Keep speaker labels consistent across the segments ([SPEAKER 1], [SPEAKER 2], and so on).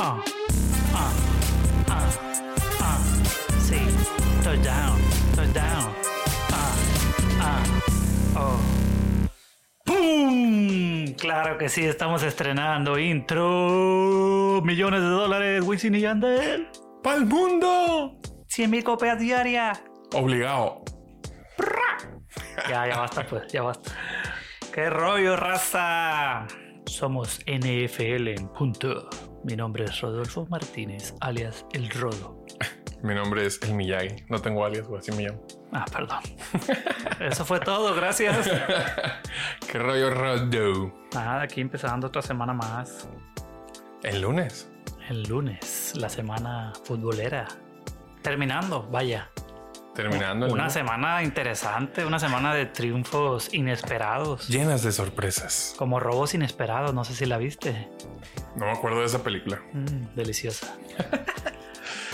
[SPEAKER 1] Ah, ah, ah, ah. Sí, touchdown, touchdown. Ah, ah, oh. ¡Pum! Claro que sí, estamos estrenando intro. Millones de dólares, Wisin y Yandel.
[SPEAKER 2] ¡Pal mundo!
[SPEAKER 1] 100 mil copias diarias.
[SPEAKER 2] Obligado.
[SPEAKER 1] Ya, ya basta, pues, ya basta. ¡Qué rollo, raza! Somos NFL en punto. Mi nombre es Rodolfo Martínez, alias El Rodo.
[SPEAKER 2] Mi nombre es El Miyagi. No tengo alias, güey, así me llamo.
[SPEAKER 1] Ah, perdón. Eso fue todo, gracias.
[SPEAKER 2] ¿Qué rollo, Rodo?
[SPEAKER 1] Nada, aquí empezando otra semana más.
[SPEAKER 2] El lunes.
[SPEAKER 1] El lunes, la semana futbolera. Terminando, vaya.
[SPEAKER 2] Terminando el
[SPEAKER 1] Una
[SPEAKER 2] lunes.
[SPEAKER 1] semana interesante, una semana de triunfos inesperados.
[SPEAKER 2] Llenas de sorpresas.
[SPEAKER 1] Como robos inesperados, no sé si la viste.
[SPEAKER 2] No me acuerdo de esa película.
[SPEAKER 1] Mm, deliciosa.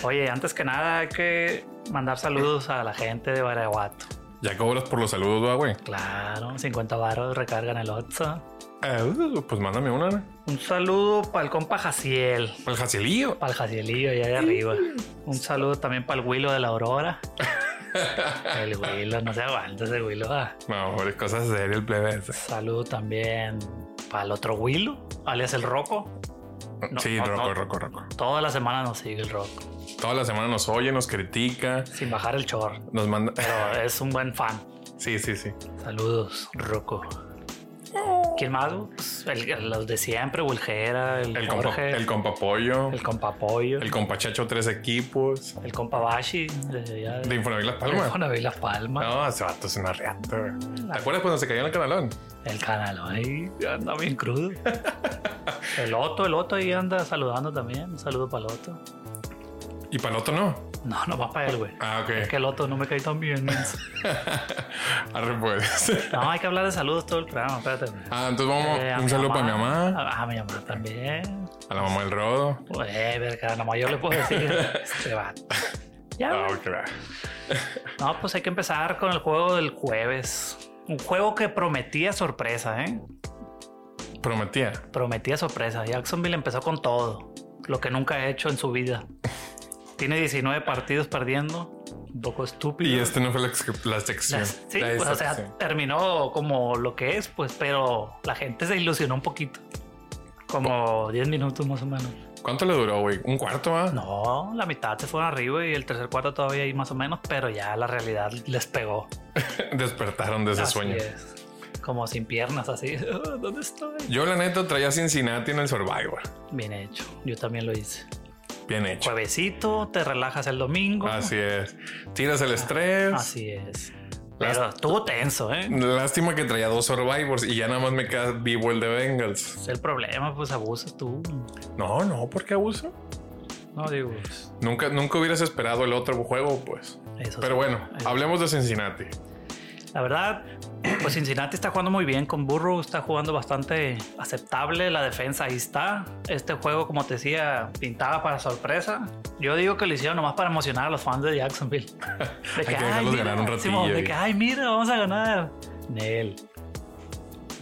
[SPEAKER 1] Oye, antes que nada hay que mandar saludos a la gente de Guaraguato.
[SPEAKER 2] Ya cobras por los saludos, va, güey.
[SPEAKER 1] Claro, 50 baros recargan el Otso.
[SPEAKER 2] Ah, uh, pues mándame una. ¿no?
[SPEAKER 1] Un saludo para el compa Jaciel,
[SPEAKER 2] El jacielillo.
[SPEAKER 1] para el Jacielillo allá de arriba. Un saludo también para el Huilo de la Aurora. El Huilo, no se aguanta ese Huilo. ah.
[SPEAKER 2] No, hombre, cosas de él, el plebe. ese.
[SPEAKER 1] Saludo también para el otro Huilo, alias el Roco. No,
[SPEAKER 2] sí,
[SPEAKER 1] no,
[SPEAKER 2] roco,
[SPEAKER 1] no.
[SPEAKER 2] roco, roco.
[SPEAKER 1] Toda la semana nos sigue el Roco,
[SPEAKER 2] Toda la semana nos oye, nos critica,
[SPEAKER 1] sin bajar el chor.
[SPEAKER 2] nos manda.
[SPEAKER 1] Pero es un buen fan.
[SPEAKER 2] Sí, sí, sí.
[SPEAKER 1] Saludos, Rocco. ¿Quién más? Pues, el- el- los de siempre, Bulgera, el,
[SPEAKER 2] El compa,
[SPEAKER 1] Jorge,
[SPEAKER 2] el compa pollo,
[SPEAKER 1] el compa Pollo,
[SPEAKER 2] el
[SPEAKER 1] el,
[SPEAKER 2] compa chacho tres equipos,
[SPEAKER 1] compa Bashi, de, allá de-
[SPEAKER 2] de Ah, Infonavit Las
[SPEAKER 1] de
[SPEAKER 2] Palmas.
[SPEAKER 1] Juan Las Palmas,
[SPEAKER 2] No, ese vato es una reata, güey. ¿Te acuerdas cuando se cayó en el canalón?
[SPEAKER 1] el canal, ahí anda bien crudo. el Otto, el Otto ahí anda saludando también, un saludo para el Otto.
[SPEAKER 2] Y para el otro no.
[SPEAKER 1] No, no va para él, güey.
[SPEAKER 2] Ah, ok.
[SPEAKER 1] Es que el Otto no me cae tan bien. menso.
[SPEAKER 2] Arre, pues.
[SPEAKER 1] No, hay que hablar de saludos todo el programa, espérate.
[SPEAKER 2] Ah, entonces vamos.
[SPEAKER 1] Eh, a
[SPEAKER 2] un saludo para mi mamá,
[SPEAKER 1] Ah, a mi mamá también.
[SPEAKER 2] a la mamá del rodo.
[SPEAKER 1] Eh, verga, nada más yo le puedo decir. este vato. Ya,
[SPEAKER 2] Ah,
[SPEAKER 1] güey.
[SPEAKER 2] ok, va. Ah,
[SPEAKER 1] No, pues hay que empezar con el juego del jueves. Un juego que prometía sorpresa, ¿eh?
[SPEAKER 2] Prometía.
[SPEAKER 1] Prometía sorpresa. Jacksonville empezó con todo. Lo que nunca ha hecho en su vida. Tiene 19 partidos perdiendo. Un poco estúpido.
[SPEAKER 2] Y este no fue la, ex- la sección.
[SPEAKER 1] Las- sí,
[SPEAKER 2] La
[SPEAKER 1] pues, o
[SPEAKER 2] excepción.
[SPEAKER 1] sea, terminó como lo que es, pues, pero la gente se ilusionó un poquito. Como 10 minutos más o menos.
[SPEAKER 2] ¿Cuánto le duró, güey? ¿Un cuarto, ah? va?
[SPEAKER 1] No, la mitad se fueron arriba y el tercer cuarto todavía ahí más o menos, pero ya la realidad les pegó.
[SPEAKER 2] Despertaron de ese
[SPEAKER 1] Así
[SPEAKER 2] Pues sueño.
[SPEAKER 1] es. Como sin piernas, así. "Ah, ¿Dónde estoy?
[SPEAKER 2] Yo, la neta, traía Cincinnati en el Survivor.
[SPEAKER 1] Bien hecho. Yo también lo hice.
[SPEAKER 2] Bien hecho.
[SPEAKER 1] Juevesito, te relajas el domingo.
[SPEAKER 2] Así es. Tiras el estrés.
[SPEAKER 1] Así es.
[SPEAKER 2] Las-
[SPEAKER 1] Pero estuvo tenso, ¿eh?
[SPEAKER 2] Lástima que traía dos Survivors y ya nada más me queda vivo el de Bengals.
[SPEAKER 1] Es el problema, pues abusas tú.
[SPEAKER 2] No, no, ¿por qué abuso?
[SPEAKER 1] No digo. pues,
[SPEAKER 2] Nunca, nunca hubieras esperado el otro juego, pues.
[SPEAKER 1] Eso
[SPEAKER 2] Pero
[SPEAKER 1] sí.
[SPEAKER 2] bueno,
[SPEAKER 1] Eso
[SPEAKER 2] hablemos de Cincinnati.
[SPEAKER 1] La verdad, pues Cincinnati está jugando muy bien con Burrow, está jugando bastante aceptable, la defensa ahí está. Este juego, como te decía, pintaba para sorpresa. Yo digo que lo hicieron nomás para emocionar a los fans de Jacksonville. De
[SPEAKER 2] que dejarlos
[SPEAKER 1] mira,
[SPEAKER 2] ganar un ratillo
[SPEAKER 1] Simón, de
[SPEAKER 2] ahí.
[SPEAKER 1] que, ay, mira, vamos a ganar. Nel.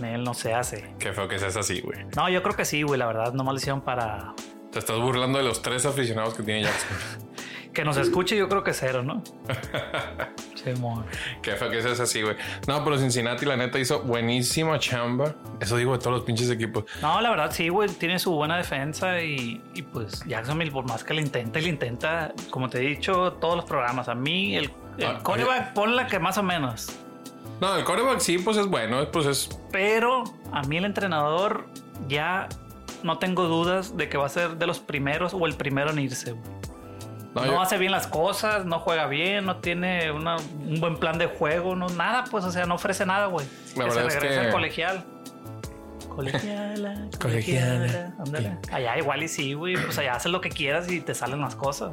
[SPEAKER 1] Nel no se hace.
[SPEAKER 2] Qué feo que seas así, güey.
[SPEAKER 1] No, yo creo que sí, güey, la verdad, nomás lo hicieron para...
[SPEAKER 2] Te estás burlando de los tres aficionados que tiene Jackson.
[SPEAKER 1] Que nos escuche, yo creo que cero, ¿no? Simón.
[SPEAKER 2] Qué feo que seas así, güey. No, pero Cincinnati, la neta, hizo buenísima chamba. Eso digo de todos los pinches equipos.
[SPEAKER 1] No, la verdad sí, güey, tiene su buena defensa y, y, pues Jacksonville, por más que le intenta, le intenta, como te he dicho, todos los programas. A mí, el, el
[SPEAKER 2] Ah,
[SPEAKER 1] cornerback, ponla que más o menos.
[SPEAKER 2] No, el coreback sí, pues es bueno. Pues es.
[SPEAKER 1] Pero a mí el entrenador ya no tengo dudas de que va a ser de los primeros o el primero en irse. güey.
[SPEAKER 2] No,
[SPEAKER 1] No,
[SPEAKER 2] yo-
[SPEAKER 1] hace bien las cosas, no juega bien, no tiene una- un buen plan de juego, no nada, pues, o sea, no ofrece nada, güey.
[SPEAKER 2] La
[SPEAKER 1] que se
[SPEAKER 2] verdad es
[SPEAKER 1] regrese
[SPEAKER 2] que-
[SPEAKER 1] al colegial. Colegiala,
[SPEAKER 2] Colegiala.
[SPEAKER 1] colegiala, ándale. Allá igual y sí, güey, pues allá haces lo que quieras y te salen las cosas.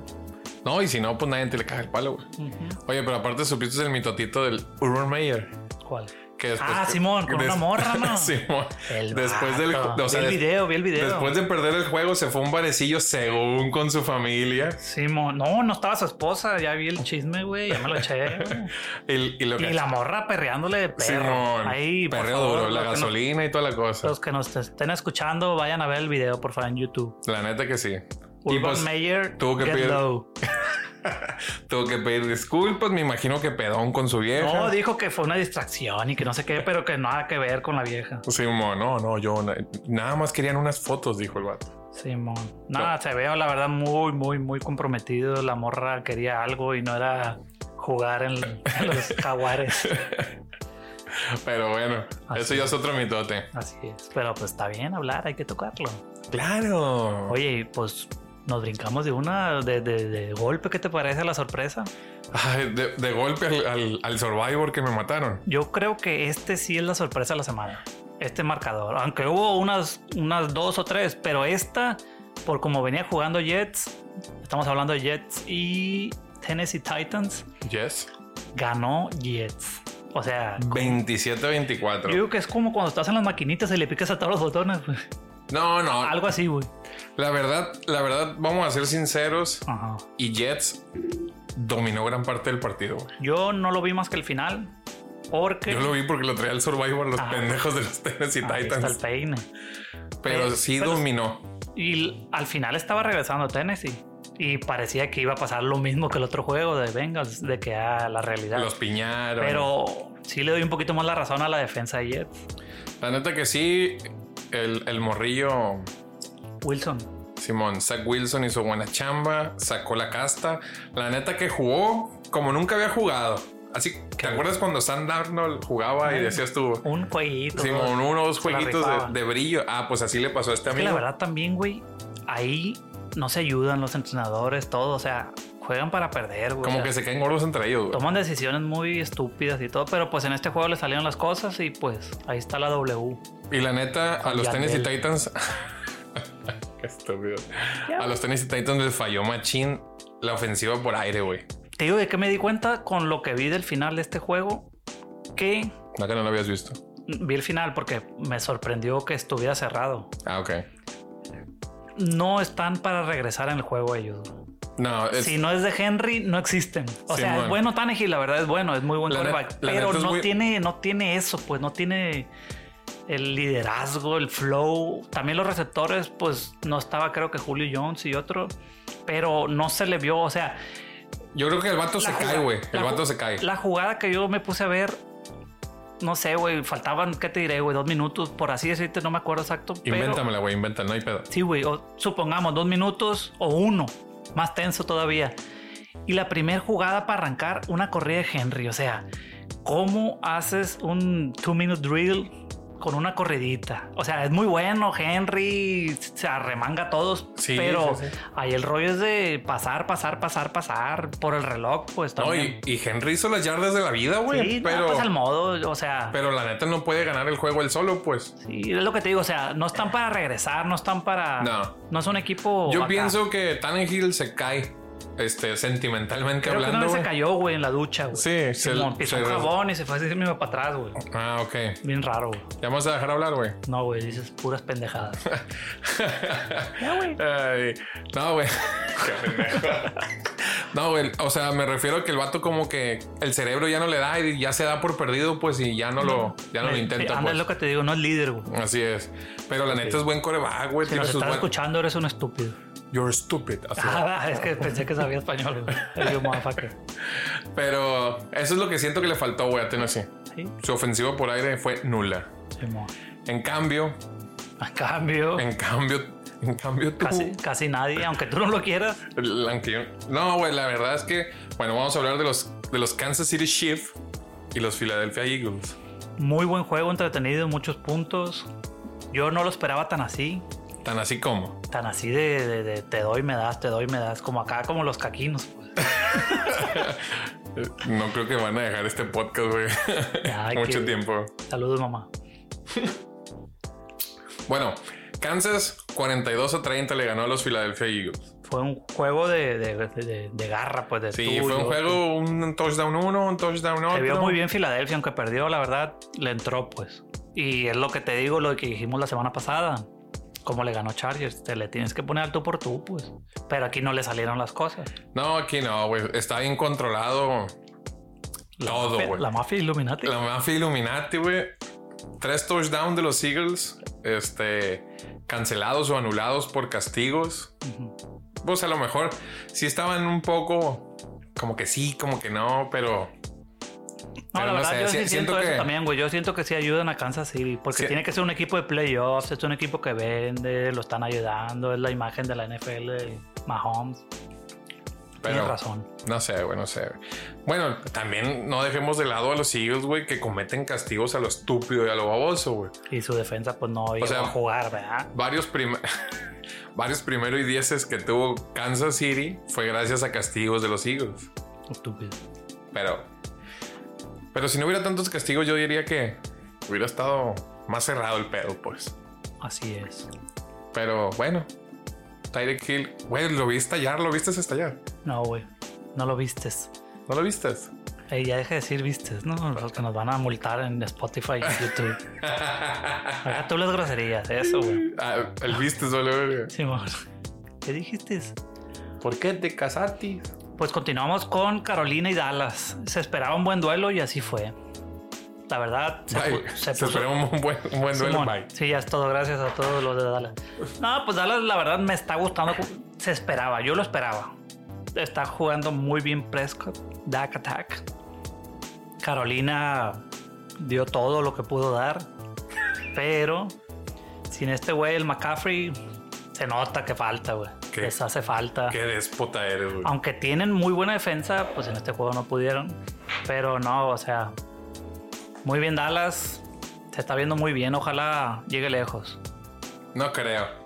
[SPEAKER 2] no, y si no, pues nadie te le caga el palo, güey.
[SPEAKER 1] Ujú.
[SPEAKER 2] Oye, pero aparte supiste el mitotito del Urban Meyer.
[SPEAKER 1] ¿Cuál?
[SPEAKER 2] Que después,
[SPEAKER 1] Ah, Simón, con
[SPEAKER 2] des-
[SPEAKER 1] una morra, ¿no?
[SPEAKER 2] Simón.
[SPEAKER 1] El
[SPEAKER 2] Después del
[SPEAKER 1] vato.
[SPEAKER 2] o sea,
[SPEAKER 1] Vi el
[SPEAKER 2] des-
[SPEAKER 1] video, vi el video.
[SPEAKER 2] Después de perder el juego, se fue a un barecillo según con su familia.
[SPEAKER 1] Simón, no, no estaba su esposa, ya vi el chisme, güey, ya me lo eché. güey.
[SPEAKER 2] Y, y lo que.
[SPEAKER 1] y la morra perreándole de perro.
[SPEAKER 2] Simón,
[SPEAKER 1] Ahí, por
[SPEAKER 2] perreo
[SPEAKER 1] favor,
[SPEAKER 2] duro, la
[SPEAKER 1] los que nos-
[SPEAKER 2] gasolina y toda la cosa.
[SPEAKER 1] Los que nos estén escuchando, vayan a ver el video, por favor, en YouTube.
[SPEAKER 2] La neta que sí.
[SPEAKER 1] Urban
[SPEAKER 2] pues,
[SPEAKER 1] Meyer
[SPEAKER 2] tuvo que
[SPEAKER 1] get
[SPEAKER 2] pedir-
[SPEAKER 1] low.
[SPEAKER 2] Tuvo que pedir disculpas, me imagino que pedón con su vieja.
[SPEAKER 1] No, dijo que fue una distracción y que no sé qué, pero que nada que ver con la vieja.
[SPEAKER 2] Simón, no, no, yo na- nada más querían unas fotos, dijo el vato.
[SPEAKER 1] Simón. Nada, se veo la verdad muy, muy, muy comprometido. La morra quería algo y no era jugar en, en los jaguares.
[SPEAKER 2] Pero bueno,
[SPEAKER 1] Así
[SPEAKER 2] eso ya
[SPEAKER 1] es.
[SPEAKER 2] es otro mitote.
[SPEAKER 1] Así es. Pero pues está bien hablar, hay que tocarlo.
[SPEAKER 2] Claro.
[SPEAKER 1] Oye, pues nos brincamos de una de, de- de golpe. ¿Qué te parece la sorpresa?
[SPEAKER 2] Ay, de, de golpe al, al- al Survivor que me mataron.
[SPEAKER 1] Yo creo que este sí es la sorpresa de la semana. Este marcador. Aunque hubo unas, unas dos o tres, pero esta, por como venía jugando Jets, estamos hablando de Jets y Tennessee Titans,
[SPEAKER 2] Yes.
[SPEAKER 1] ganó Jets. O sea,
[SPEAKER 2] Mm.
[SPEAKER 1] yo
[SPEAKER 2] 27-24.
[SPEAKER 1] digo que es como cuando estás en las maquinitas y le picas a todos los botones. güey.
[SPEAKER 2] No, no.
[SPEAKER 1] Algo así, güey.
[SPEAKER 2] La verdad, la verdad, vamos a ser sinceros.
[SPEAKER 1] Ajá.
[SPEAKER 2] Y Jets dominó gran parte del partido. güey.
[SPEAKER 1] Yo no lo vi más que el final, porque...
[SPEAKER 2] Yo lo vi porque lo traía el Survivor los
[SPEAKER 1] Ah.
[SPEAKER 2] pendejos de los Tennessee
[SPEAKER 1] Ahí está el
[SPEAKER 2] Titans.
[SPEAKER 1] peine.
[SPEAKER 2] Pero sí
[SPEAKER 1] Pero-
[SPEAKER 2] dominó.
[SPEAKER 1] Y l- al final estaba regresando a Tennessee. Y parecía que iba a pasar lo mismo que el otro juego de Bengals, de que a la realidad.
[SPEAKER 2] Los piñaron.
[SPEAKER 1] Pero sí le doy un poquito más la razón a la defensa de Jets.
[SPEAKER 2] La neta que sí, el, el morrillo
[SPEAKER 1] Wilson.
[SPEAKER 2] Simón, Zach Wilson hizo buena chamba, sacó la casta. La neta que jugó como nunca había jugado. Así, ¿te acuerdas cuando Sam Darnold jugaba y
[SPEAKER 1] Ay.
[SPEAKER 2] decías tú?
[SPEAKER 1] Un jueguito. dos.
[SPEAKER 2] Simón, uno o dos
[SPEAKER 1] Se la
[SPEAKER 2] jueguitos
[SPEAKER 1] rifaba.
[SPEAKER 2] de, de brillo. Ah, pues así le pasó a este
[SPEAKER 1] Es que la
[SPEAKER 2] amigo.
[SPEAKER 1] verdad también, güey, ahí no se ayudan los entrenadores, todo. O sea, juegan para perder, güey.
[SPEAKER 2] Como
[SPEAKER 1] O sea,
[SPEAKER 2] que se caen gordos entre ellos. güey.
[SPEAKER 1] Toman decisiones muy estúpidas y todo, pero pues en este juego le salieron las cosas y pues ahí está la W.
[SPEAKER 2] Y la neta, a
[SPEAKER 1] Con
[SPEAKER 2] los
[SPEAKER 1] Yandel.
[SPEAKER 2] Tennessee Titans. Qué estúpido. A los Tennessee Titans les falló Machín la ofensiva por aire, güey.
[SPEAKER 1] Te digo de qué me di cuenta con lo que vi del final de este juego, que
[SPEAKER 2] No que no lo habías visto.
[SPEAKER 1] vi el final porque me sorprendió que estuviera cerrado.
[SPEAKER 2] Ah, ok.
[SPEAKER 1] No están para regresar en el juego ellos. güey.
[SPEAKER 2] No, es,
[SPEAKER 1] Si no es de Henry, no existen. O
[SPEAKER 2] Sí,
[SPEAKER 1] sea, es
[SPEAKER 2] bueno.
[SPEAKER 1] bueno Tannehill, la verdad es bueno, es muy buen
[SPEAKER 2] La net-
[SPEAKER 1] quarterback,
[SPEAKER 2] la
[SPEAKER 1] pero
[SPEAKER 2] neta es
[SPEAKER 1] no
[SPEAKER 2] muy-
[SPEAKER 1] tiene, no tiene eso, pues no tiene el liderazgo, el flow. También los receptores, pues no estaba, creo que Julio Jones y otro, pero no se le vio. O sea,
[SPEAKER 2] yo creo que el vato se
[SPEAKER 1] La
[SPEAKER 2] cae,
[SPEAKER 1] jugada-
[SPEAKER 2] güey.
[SPEAKER 1] la
[SPEAKER 2] El
[SPEAKER 1] ju-
[SPEAKER 2] vato se cae.
[SPEAKER 1] la jugada que yo me puse a ver, no sé, güey, faltaban, ¿qué te diré, güey? Dos minutos, por así decirte, no me acuerdo exacto. pero-
[SPEAKER 2] Invéntamela, güey, inventa, no hay pedo.
[SPEAKER 1] Sí, güey, o supongamos dos minutos o uno, más tenso todavía. Y la primera jugada para arrancar una corrida de Henry, o sea, ¿cómo haces un two-minute drill con una corridita? O sea, es muy bueno, Henry se arremanga a todos,
[SPEAKER 2] Sí,
[SPEAKER 1] pero
[SPEAKER 2] sí, sí.
[SPEAKER 1] ahí el rollo es de pasar, pasar, pasar, pasar por el reloj, pues
[SPEAKER 2] No,
[SPEAKER 1] también.
[SPEAKER 2] y, y Henry hizo las yardas de la vida, güey.
[SPEAKER 1] sí, no,
[SPEAKER 2] pero,
[SPEAKER 1] pues al modo, o sea...
[SPEAKER 2] pero la neta no puede ganar el juego él solo, pues.
[SPEAKER 1] Sí, es lo que te digo, o sea, no están para regresar, no están para...
[SPEAKER 2] No.
[SPEAKER 1] No es un equipo...
[SPEAKER 2] Yo
[SPEAKER 1] acá.
[SPEAKER 2] pienso que Tannehill se cae, este, sentimentalmente
[SPEAKER 1] Creo que
[SPEAKER 2] hablando.
[SPEAKER 1] una vez se
[SPEAKER 2] güey.
[SPEAKER 1] cayó, güey, en la ducha, güey.
[SPEAKER 2] Sí, se-
[SPEAKER 1] Simón, pisó
[SPEAKER 2] se-
[SPEAKER 1] un jabón y se fue así mismo para atrás, güey.
[SPEAKER 2] Ah, ok.
[SPEAKER 1] Bien raro, güey.
[SPEAKER 2] Ya vamos a dejar hablar, güey.
[SPEAKER 1] No, güey, dices puras pendejadas. Ya, güey.
[SPEAKER 2] Ay, no, güey. Qué pendejo. No, güey, o sea, me refiero a que el vato como que el cerebro ya no le da y ya se da por perdido, pues, y ya no lo, ya no lo
[SPEAKER 1] Me-
[SPEAKER 2] intenta,
[SPEAKER 1] Anda, es Eh, lo
[SPEAKER 2] pues.
[SPEAKER 1] que te digo, no es líder, güey.
[SPEAKER 2] Así es. Pero la neta es buen coreback, güey.
[SPEAKER 1] Si
[SPEAKER 2] tiene
[SPEAKER 1] nos
[SPEAKER 2] sus
[SPEAKER 1] estás
[SPEAKER 2] buen-
[SPEAKER 1] escuchando, eres un estúpido.
[SPEAKER 2] You're stupid. Así es.
[SPEAKER 1] Ah, es que pensé que sabía español, güey. You motherfucker.
[SPEAKER 2] Pero eso es lo que siento que le faltó, güey, a Tennessee.
[SPEAKER 1] Sí,
[SPEAKER 2] Su ofensiva por aire fue nula.
[SPEAKER 1] Simón.
[SPEAKER 2] En cambio,
[SPEAKER 1] A cambio,
[SPEAKER 2] en cambio, en cambio tú.
[SPEAKER 1] casi, casi nadie, aunque tú no lo quieras.
[SPEAKER 2] la que yo- No, güey, la verdad es que, bueno, vamos a hablar de los, de los Kansas City Chiefs y los Philadelphia Eagles.
[SPEAKER 1] Muy buen juego, entretenido, muchos puntos. Yo no lo esperaba tan así.
[SPEAKER 2] Tan así como.
[SPEAKER 1] Tan así de, de- de te doy, me das, te doy, me das. Como acá, como los caquinos, pues.
[SPEAKER 2] Eh, No creo que van a dejar este podcast, güey.
[SPEAKER 1] Ay,
[SPEAKER 2] Mucho
[SPEAKER 1] qué-
[SPEAKER 2] tiempo.
[SPEAKER 1] Saludos, mamá.
[SPEAKER 2] Bueno, Kansas 42 a 30 le ganó a los Philadelphia Eagles.
[SPEAKER 1] Fue un juego de, de- de- de garra, pues de
[SPEAKER 2] Sí,
[SPEAKER 1] tú,
[SPEAKER 2] fue un
[SPEAKER 1] yo,
[SPEAKER 2] juego, un touchdown uno, un touchdown
[SPEAKER 1] tú.
[SPEAKER 2] otro.
[SPEAKER 1] Se vio muy bien Filadelfia, aunque perdió, la verdad, le entró, pues. Y es lo que te digo, lo que dijimos la semana pasada. Como le ganó Chargers, te le tienes que poner al tú por tú, pues. Pero aquí no le salieron las cosas.
[SPEAKER 2] No, aquí no, güey. Está bien controlado todo,
[SPEAKER 1] Pero
[SPEAKER 2] güey.
[SPEAKER 1] La mafia Illuminati.
[SPEAKER 2] La mafia Illuminati, güey. Tres touchdowns de los Eagles, este, cancelados o anulados por castigos.
[SPEAKER 1] Ujú.
[SPEAKER 2] pues a lo mejor sí estaban un poco como que sí, como que no, pero.
[SPEAKER 1] No,
[SPEAKER 2] pero
[SPEAKER 1] la verdad,
[SPEAKER 2] sé,
[SPEAKER 1] yo
[SPEAKER 2] si-
[SPEAKER 1] sí siento, eso también, güey. Yo siento que sí ayudan a Kansas City, porque
[SPEAKER 2] Sí.
[SPEAKER 1] tiene que ser un equipo de playoffs, es un equipo que vende, lo están ayudando, es la imagen de la NFL, de Mahomes.
[SPEAKER 2] pero-
[SPEAKER 1] Tienes razón.
[SPEAKER 2] No sé, güey, no sé. güey. Bueno, también no dejemos de lado a los Eagles, güey, que cometen castigos a lo estúpido y a lo baboso, güey.
[SPEAKER 1] Y su defensa, pues no iba
[SPEAKER 2] sea-
[SPEAKER 1] a jugar, ¿verdad?
[SPEAKER 2] Varios, prim- varios primero y dieces que tuvo Kansas City fue gracias a castigos de los Eagles.
[SPEAKER 1] Estúpido.
[SPEAKER 2] Pero, pero si no hubiera tantos castigos, yo diría que hubiera estado más cerrado el pedo, pues.
[SPEAKER 1] Así es.
[SPEAKER 2] Pero bueno, Tyreek Hill, güey, lo vi estallar, lo viste estallar.
[SPEAKER 1] No, güey. No lo vistes.
[SPEAKER 2] ¿No lo viste?
[SPEAKER 1] Ey, ya deja de decir vistes, ¿no? Porque nos van a multar en Spotify y YouTube. Acá tú las groserías, eso, güey.
[SPEAKER 2] Ah, el viste, solo.
[SPEAKER 1] Simón. ¿Qué dijiste?
[SPEAKER 2] ¿Por qué te casaste?
[SPEAKER 1] Pues continuamos con Carolina y Dallas. Se esperaba un buen duelo y así fue. La verdad, se,
[SPEAKER 2] Bye.
[SPEAKER 1] pu- se
[SPEAKER 2] Se,
[SPEAKER 1] puso-
[SPEAKER 2] esperó un buen, un buen duelo.
[SPEAKER 1] Simón.
[SPEAKER 2] Bye.
[SPEAKER 1] Sí, ya es todo. Gracias a todos los de Dallas. No, pues Dallas, la verdad, me está gustando. Se esperaba, yo lo esperaba. Está jugando muy bien Prescott, Dak Attack. Carolina dio todo lo que pudo dar, pero sin este güey, el McCaffrey, se nota que falta, güey.
[SPEAKER 2] ¿Qué?
[SPEAKER 1] Les hace falta.
[SPEAKER 2] Qué déspota eres, güey.
[SPEAKER 1] Aunque tienen muy buena defensa, pues en este juego no pudieron. Pero no, o sea, muy bien Dallas. Se está viendo muy bien, ojalá llegue lejos.
[SPEAKER 2] No creo.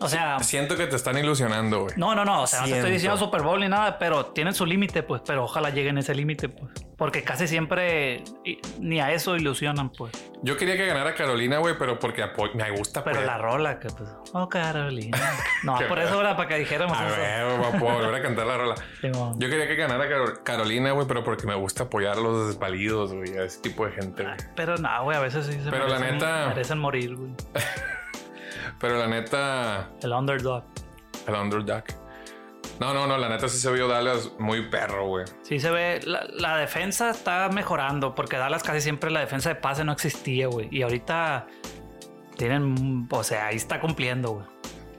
[SPEAKER 1] O sea,
[SPEAKER 2] Siento que te están ilusionando, güey.
[SPEAKER 1] no, no, no, o sea, no te estoy
[SPEAKER 2] Siento.
[SPEAKER 1] diciendo Super Bowl ni nada, pero tienen su límite, pues, pero ojalá lleguen a ese límite, pues. Porque casi siempre i- ni a eso ilusionan, pues.
[SPEAKER 2] Yo quería que ganara Carolina, güey, pero porque apo- me gusta.
[SPEAKER 1] Pero
[SPEAKER 2] pues.
[SPEAKER 1] la rola que, pues, oh, Carolina. No,
[SPEAKER 2] Qué
[SPEAKER 1] por
[SPEAKER 2] verdad.
[SPEAKER 1] eso era para que dijéramos
[SPEAKER 2] A
[SPEAKER 1] eso.
[SPEAKER 2] ver, güey, puedo volver a cantar la rola.
[SPEAKER 1] Simón.
[SPEAKER 2] Yo quería que ganara Carol- Carolina, güey, pero porque me gusta apoyar a los desvalidos, güey, a ese tipo de gente, güey.
[SPEAKER 1] Pero no, güey, a veces sí se
[SPEAKER 2] Pero la
[SPEAKER 1] merecen-
[SPEAKER 2] neta-
[SPEAKER 1] merecen morir, güey.
[SPEAKER 2] Pero la neta,
[SPEAKER 1] El underdog.
[SPEAKER 2] el underdog. No, no, no, la neta sí se vio Dallas muy perro, güey.
[SPEAKER 1] Sí se ve, la, la defensa está mejorando, porque Dallas casi siempre la defensa de pase no existía, güey. Y ahorita tienen, o sea, ahí está cumpliendo, güey.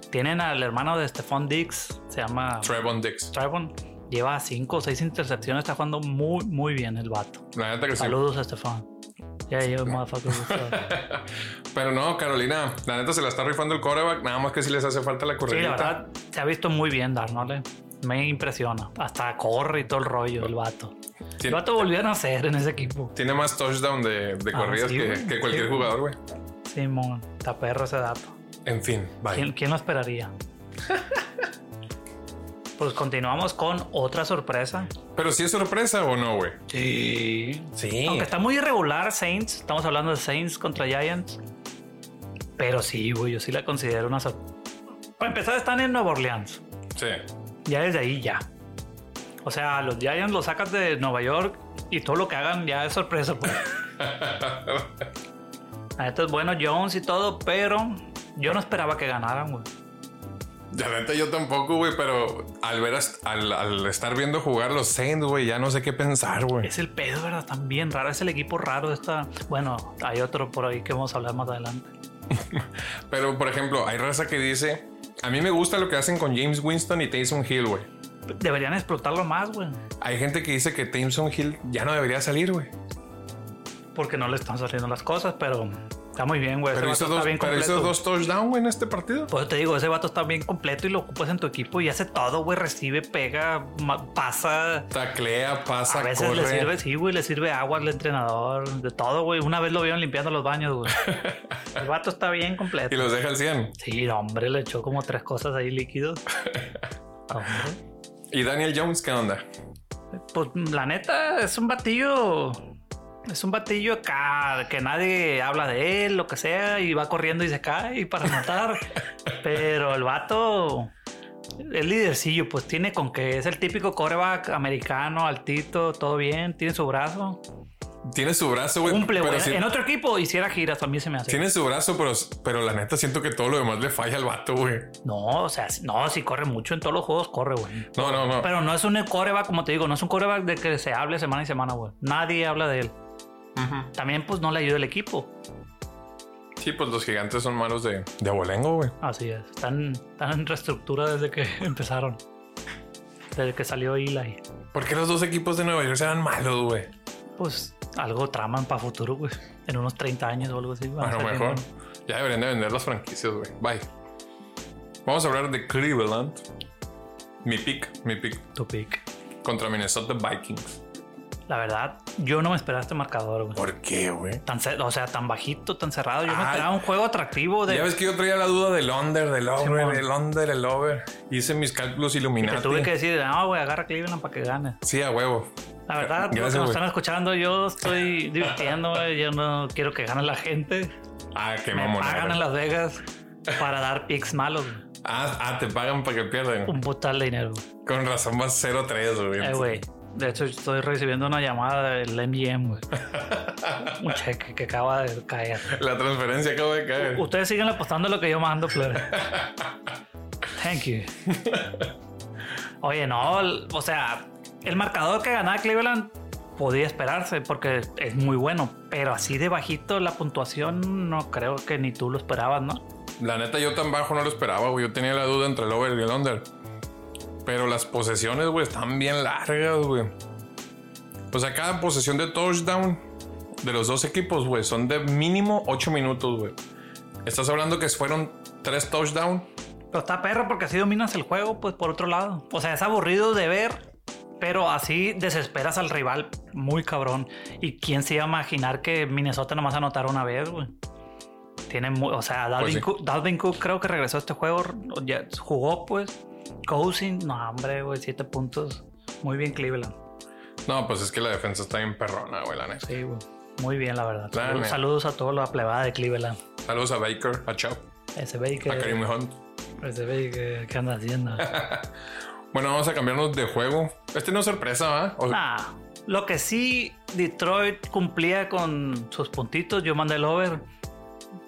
[SPEAKER 1] Tienen al hermano de Stephon Dix, se llama
[SPEAKER 2] Trevon Dix.
[SPEAKER 1] Trevon. Lleva cinco o seis intercepciones, está jugando muy, muy bien el vato.
[SPEAKER 2] La neta que sí.
[SPEAKER 1] Saludos a Stephon. Ya, yeah, yo, motherfucker. sí,
[SPEAKER 2] Pero no, Carolina, la neta se la está rifando el coreback. Nada más que si les hace falta la corredita.
[SPEAKER 1] la verdad, se ha visto muy bien, Darnole. Me impresiona. Hasta corre y todo el rollo, el vato. El
[SPEAKER 2] Tiene,
[SPEAKER 1] vato volvió a nacer en ese equipo.
[SPEAKER 2] tiene más touchdown de, de
[SPEAKER 1] Ah,
[SPEAKER 2] corridas
[SPEAKER 1] sí,
[SPEAKER 2] que,
[SPEAKER 1] güey.
[SPEAKER 2] que cualquier
[SPEAKER 1] Sí.
[SPEAKER 2] jugador, güey.
[SPEAKER 1] Simón, está perro ese dato.
[SPEAKER 2] En fin, bye.
[SPEAKER 1] ¿Quién, quién lo esperaría? pues continuamos con otra sorpresa.
[SPEAKER 2] Pero si es sorpresa o no, güey.
[SPEAKER 1] Sí.
[SPEAKER 2] Sí.
[SPEAKER 1] Aunque está muy irregular Saints, estamos hablando de Saints contra Giants. Pero sí, güey, yo sí la considero una sorpresa. Para empezar, están en Nueva Orleans.
[SPEAKER 2] Sí.
[SPEAKER 1] Ya desde ahí ya. O sea, los Giants los sacas de Nueva York y todo lo que hagan ya es sorpresa. Pues. La neta es bueno Jones y todo, pero yo no esperaba que ganaran, güey.
[SPEAKER 2] La neta yo tampoco, güey, pero al ver as- al, al estar viendo jugar los Saints, güey, ya no sé qué pensar, güey.
[SPEAKER 1] Es el pedo, ¿verdad? También raro. Es el equipo raro. Esta... Bueno, hay otro por ahí que vamos a hablar más adelante.
[SPEAKER 2] Pero, por ejemplo, hay raza que dice, a mí me gusta lo que hacen con James Winston y Taysom Hill, güey.
[SPEAKER 1] Deberían explotarlo más, güey.
[SPEAKER 2] Hay gente que dice que Taysom Hill ya no debería salir, güey.
[SPEAKER 1] Porque no le están saliendo las cosas, pero está muy bien, güey. Ese
[SPEAKER 2] Pero
[SPEAKER 1] vato
[SPEAKER 2] hizo
[SPEAKER 1] está
[SPEAKER 2] dos,
[SPEAKER 1] bien
[SPEAKER 2] pero hizo
[SPEAKER 1] completo.
[SPEAKER 2] dos touchdowns, güey, en este partido.
[SPEAKER 1] Por eso te digo, ese vato está bien completo y lo ocupas en tu equipo y hace todo, güey. Recibe, pega, ma- pasa.
[SPEAKER 2] Taclea, pasa,
[SPEAKER 1] A veces
[SPEAKER 2] corre.
[SPEAKER 1] le sirve, sí, güey, le sirve agua al entrenador, de todo, güey. Una vez lo vieron limpiando los baños, güey. El vato está bien
[SPEAKER 2] Y
[SPEAKER 1] completo.
[SPEAKER 2] los deja al 100.
[SPEAKER 1] Sí, no, hombre, le echó como tres cosas ahí líquidos. Hombre.
[SPEAKER 2] ¿Y Daniel Jones qué onda?
[SPEAKER 1] Pues la neta es un batillo. Es un batillo acá que nadie habla de él, lo que sea, y va corriendo y se cae para matar. Pero el vato es lidercillo, pues tiene con que es el típico coreback americano, altito, todo bien, tiene su brazo.
[SPEAKER 2] Tiene su brazo, güey.
[SPEAKER 1] Cumple,
[SPEAKER 2] Pues, pero
[SPEAKER 1] güey. ¿eh?
[SPEAKER 2] sí-
[SPEAKER 1] En otro equipo hiciera giras, a mí se me hace.
[SPEAKER 2] Tiene su brazo, pero, pero la neta siento que todo lo demás le falla al vato, güey.
[SPEAKER 1] No, o sea, no, si corre mucho en todos los juegos, corre, güey.
[SPEAKER 2] No, no, no.
[SPEAKER 1] Pero no es un coreback, como te digo, no es un coreback de que se hable semana y semana, güey. Nadie habla de él.
[SPEAKER 2] Ujú.
[SPEAKER 1] También, pues no le ayuda el equipo.
[SPEAKER 2] Sí, pues los gigantes son malos de, de abolengo, güey.
[SPEAKER 1] Así es. Están, están en reestructura desde que empezaron. Desde que salió Eli.
[SPEAKER 2] ¿Por qué los dos equipos de Nueva York serán malos, güey?
[SPEAKER 1] Pues algo traman para futuro, güey. En unos 30 años o algo así. van
[SPEAKER 2] A lo
[SPEAKER 1] saliendo.
[SPEAKER 2] mejor. Ya deberían de vender las franquicias, güey. Bye. Vamos a hablar de Cleveland. Mi pick, mi pick.
[SPEAKER 1] Tu pick.
[SPEAKER 2] Contra Minnesota Vikings.
[SPEAKER 1] La verdad, yo no me esperaba este marcador, güey.
[SPEAKER 2] ¿Por qué, güey?
[SPEAKER 1] Tan cer- o sea, tan bajito, tan cerrado. Yo me
[SPEAKER 2] Ay.
[SPEAKER 1] esperaba un juego atractivo de
[SPEAKER 2] Ya ves que yo traía la duda del under, del over,
[SPEAKER 1] Simón.
[SPEAKER 2] del under, del over. Hice mis cálculos
[SPEAKER 1] que
[SPEAKER 2] iluminados.
[SPEAKER 1] tuve que decir, no, güey, agarra Cleveland para que gane.
[SPEAKER 2] Sí, a huevo.
[SPEAKER 1] La verdad, los
[SPEAKER 2] Gracias,
[SPEAKER 1] que nos
[SPEAKER 2] güey.
[SPEAKER 1] están escuchando, yo estoy divirtiendo, güey. Yo no quiero que gane la gente.
[SPEAKER 2] Ah, qué
[SPEAKER 1] Me pagan en
[SPEAKER 2] mamón.
[SPEAKER 1] Las Vegas para dar picks malos. güey.
[SPEAKER 2] Ah, ah, te pagan para que pierden.
[SPEAKER 1] Un putal de dinero. güey.
[SPEAKER 2] Con razón vas 0-3, güey.
[SPEAKER 1] Eh, güey. De hecho, estoy recibiendo una llamada del MGM, güey. Un cheque que acaba de caer.
[SPEAKER 2] La transferencia acaba de caer.
[SPEAKER 1] Ustedes siguen apostando lo que yo mando, Flores. Thank you. Oye, no, el- o sea, el marcador que ganaba Cleveland podía esperarse porque es muy bueno, pero así de bajito la puntuación no creo que ni tú lo esperabas, ¿no?
[SPEAKER 2] La neta, yo tan bajo no lo esperaba, güey. Yo tenía la duda entre el over y el under. Pero las posesiones, güey, están bien largas, güey. O sea, cada posesión de touchdown de los dos equipos, güey, son de mínimo 8 minutos, güey. Estás hablando que fueron 3 touchdowns.
[SPEAKER 1] Pero está perro porque así dominas el juego, pues por otro lado. O sea, es aburrido de ver, pero así desesperas al rival muy cabrón. ¿Y quién se iba a imaginar que Minnesota nomás anotara una vez, güey? Tiene mu- o sea, Dalvin,
[SPEAKER 2] sí.
[SPEAKER 1] Cook, Dalvin Cook creo que regresó a este juego, ya jugó pues. Cousin, no hombre, güey, siete puntos. Muy bien Cleveland.
[SPEAKER 2] No, pues es que la defensa está bien perrona, güey, la neta.
[SPEAKER 1] Sí, güey. Muy bien, la verdad.
[SPEAKER 2] Claro,
[SPEAKER 1] Saludos,
[SPEAKER 2] man.
[SPEAKER 1] saludos a toda la plebada de Cleveland.
[SPEAKER 2] Saludos a Baker, a Chop,
[SPEAKER 1] Ese baby
[SPEAKER 2] a
[SPEAKER 1] que,
[SPEAKER 2] Karim Hunt.
[SPEAKER 1] ese baby que, que anda haciendo.
[SPEAKER 2] Bueno, vamos a cambiarnos de juego. Este no es sorpresa, ¿va? O-
[SPEAKER 1] Nah, lo que sí, Detroit cumplía con sus puntitos. Yo mandé el over.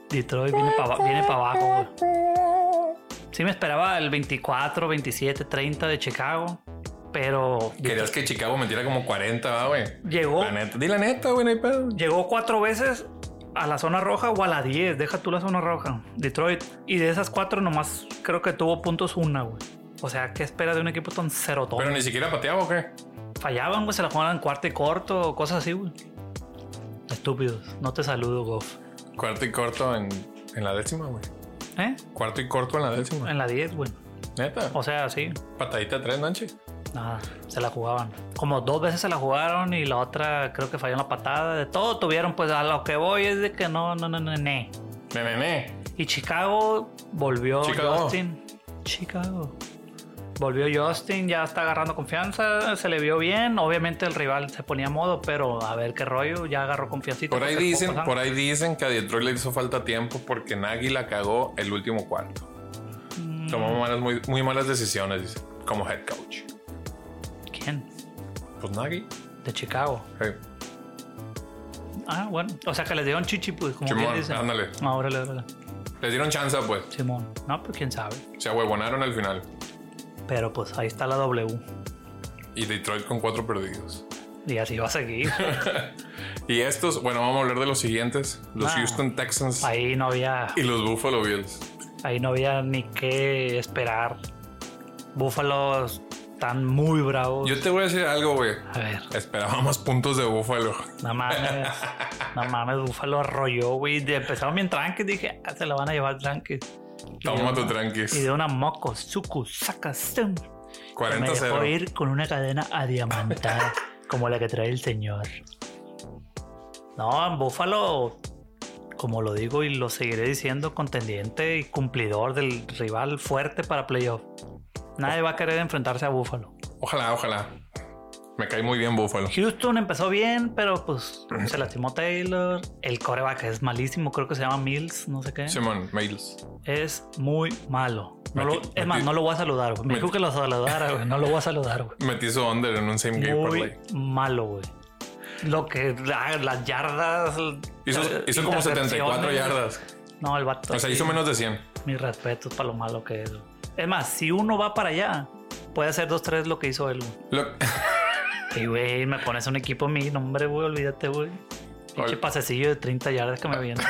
[SPEAKER 1] Detroit viene para abajo. güey. Sí me esperaba el 24, 27, 30 de Chicago, pero
[SPEAKER 2] Querías que Chicago metiera como 40, ¿va, güey?
[SPEAKER 1] llegó,
[SPEAKER 2] La neta. Di la neta, güey, no hay pedo.
[SPEAKER 1] llegó cuatro veces a la zona roja o a la 10. Deja tú la zona roja, Detroit. Y de esas cuatro nomás creo que tuvo puntos una, güey. O sea, ¿qué espera de un equipo tan cero
[SPEAKER 2] Pero ni siquiera pateaba, ¿o qué?
[SPEAKER 1] Fallaban, güey, se la jugaban en cuarto y corto o cosas así, güey. Estúpidos, no te saludo, Goff.
[SPEAKER 2] Cuarto y corto en, en la décima, güey.
[SPEAKER 1] ¿Eh?
[SPEAKER 2] Cuarto y corto en la décima.
[SPEAKER 1] En la Oh. 10, güey.
[SPEAKER 2] Neta.
[SPEAKER 1] O sea, sí,
[SPEAKER 2] Patadita tres, Nanche.
[SPEAKER 1] nada, se la jugaban. Como dos veces se la jugaron y la otra creo que falló en la patada. De todo tuvieron, pues a lo que voy es de que no, no, no, no, no.
[SPEAKER 2] Nenené.
[SPEAKER 1] Y Chicago volvió
[SPEAKER 2] Chicago.
[SPEAKER 1] Justin. Chicago. Volvió Justin, ya está agarrando confianza, se le vio bien. Obviamente el rival se ponía a modo, pero a ver qué rollo, ya agarró confiancita.
[SPEAKER 2] Por ahí
[SPEAKER 1] porque
[SPEAKER 2] dicen,
[SPEAKER 1] pocos han-
[SPEAKER 2] por ahí dicen que a Detroit le hizo falta tiempo porque Nagy la cagó el último cuarto.
[SPEAKER 1] Mm.
[SPEAKER 2] Tomó malas, muy, muy malas decisiones, dice, como head coach.
[SPEAKER 1] ¿Quién?
[SPEAKER 2] Pues Nagy. eh,
[SPEAKER 1] De Chicago.
[SPEAKER 2] Hey,
[SPEAKER 1] Ah, bueno. O sea, que les dieron chichi, pues, como
[SPEAKER 2] Simón, Ah.
[SPEAKER 1] quien dice.
[SPEAKER 2] ándale.
[SPEAKER 1] No, órale, órale.
[SPEAKER 2] Les dieron chance, pues.
[SPEAKER 1] Simón. No, pues quién sabe.
[SPEAKER 2] Se ahuevonaron al final.
[SPEAKER 1] Pero pues ahí está la W.
[SPEAKER 2] Y Detroit con cuatro perdidos.
[SPEAKER 1] Y así va a seguir.
[SPEAKER 2] Y estos, bueno, vamos a hablar de los siguientes. Los
[SPEAKER 1] Ah.
[SPEAKER 2] Houston Texans
[SPEAKER 1] Ahí no había,
[SPEAKER 2] y los Buffalo Bills.
[SPEAKER 1] ahí no había ni qué esperar. Búfalos están muy bravos.
[SPEAKER 2] Yo te voy a decir algo, güey.
[SPEAKER 1] A ver,
[SPEAKER 2] Esperábamos puntos de Buffalo.
[SPEAKER 1] no mames. no mames, Búfalo arrolló, güey. De- Empezaron bien tranqui. Dije, ah, se la van a llevar tranqui.
[SPEAKER 2] Toma tu
[SPEAKER 1] Y
[SPEAKER 2] tranquis.
[SPEAKER 1] de una moco, suku, saca, sum. Me dejó
[SPEAKER 2] 40-0.
[SPEAKER 1] ir con una cadena adiamantada como la que trae el señor. No, en Buffalo, como lo digo y lo seguiré diciendo, contendiente y cumplidor del rival fuerte para playoff. Nadie va a querer enfrentarse a Buffalo.
[SPEAKER 2] Ojalá, ojalá. Me cae muy bien Buffalo.
[SPEAKER 1] Houston empezó bien, pero pues se lastimó Taylor. El coreback es malísimo, creo que se llama Mills, no sé qué.
[SPEAKER 2] Simón, Mails.
[SPEAKER 1] Es muy malo. No lo-
[SPEAKER 2] Meti-
[SPEAKER 1] es más,
[SPEAKER 2] meti-
[SPEAKER 1] no lo voy a saludar, güey. Me dijo que lo saludara, güey. No lo voy a saludar, güey.
[SPEAKER 2] Metí su under en un same game
[SPEAKER 1] muy
[SPEAKER 2] parlay.
[SPEAKER 1] malo, güey. Lo que ah, las yardas.
[SPEAKER 2] Hizo,
[SPEAKER 1] eh,
[SPEAKER 2] hizo como 74
[SPEAKER 1] intercepciones.
[SPEAKER 2] yardas.
[SPEAKER 1] No, el vato.
[SPEAKER 2] O sea,
[SPEAKER 1] sí,
[SPEAKER 2] hizo menos de 100.
[SPEAKER 1] Mis respetos para lo malo que es. güey. Es más, si uno va para allá, puede hacer dos, tres lo que hizo él, güey.
[SPEAKER 2] Lo-
[SPEAKER 1] Y, güey, me pones un equipo a mí. No, hombre, güey, olvídate, güey. Pinche
[SPEAKER 2] Ol-
[SPEAKER 1] pasecillo de 30 yardas que me viene.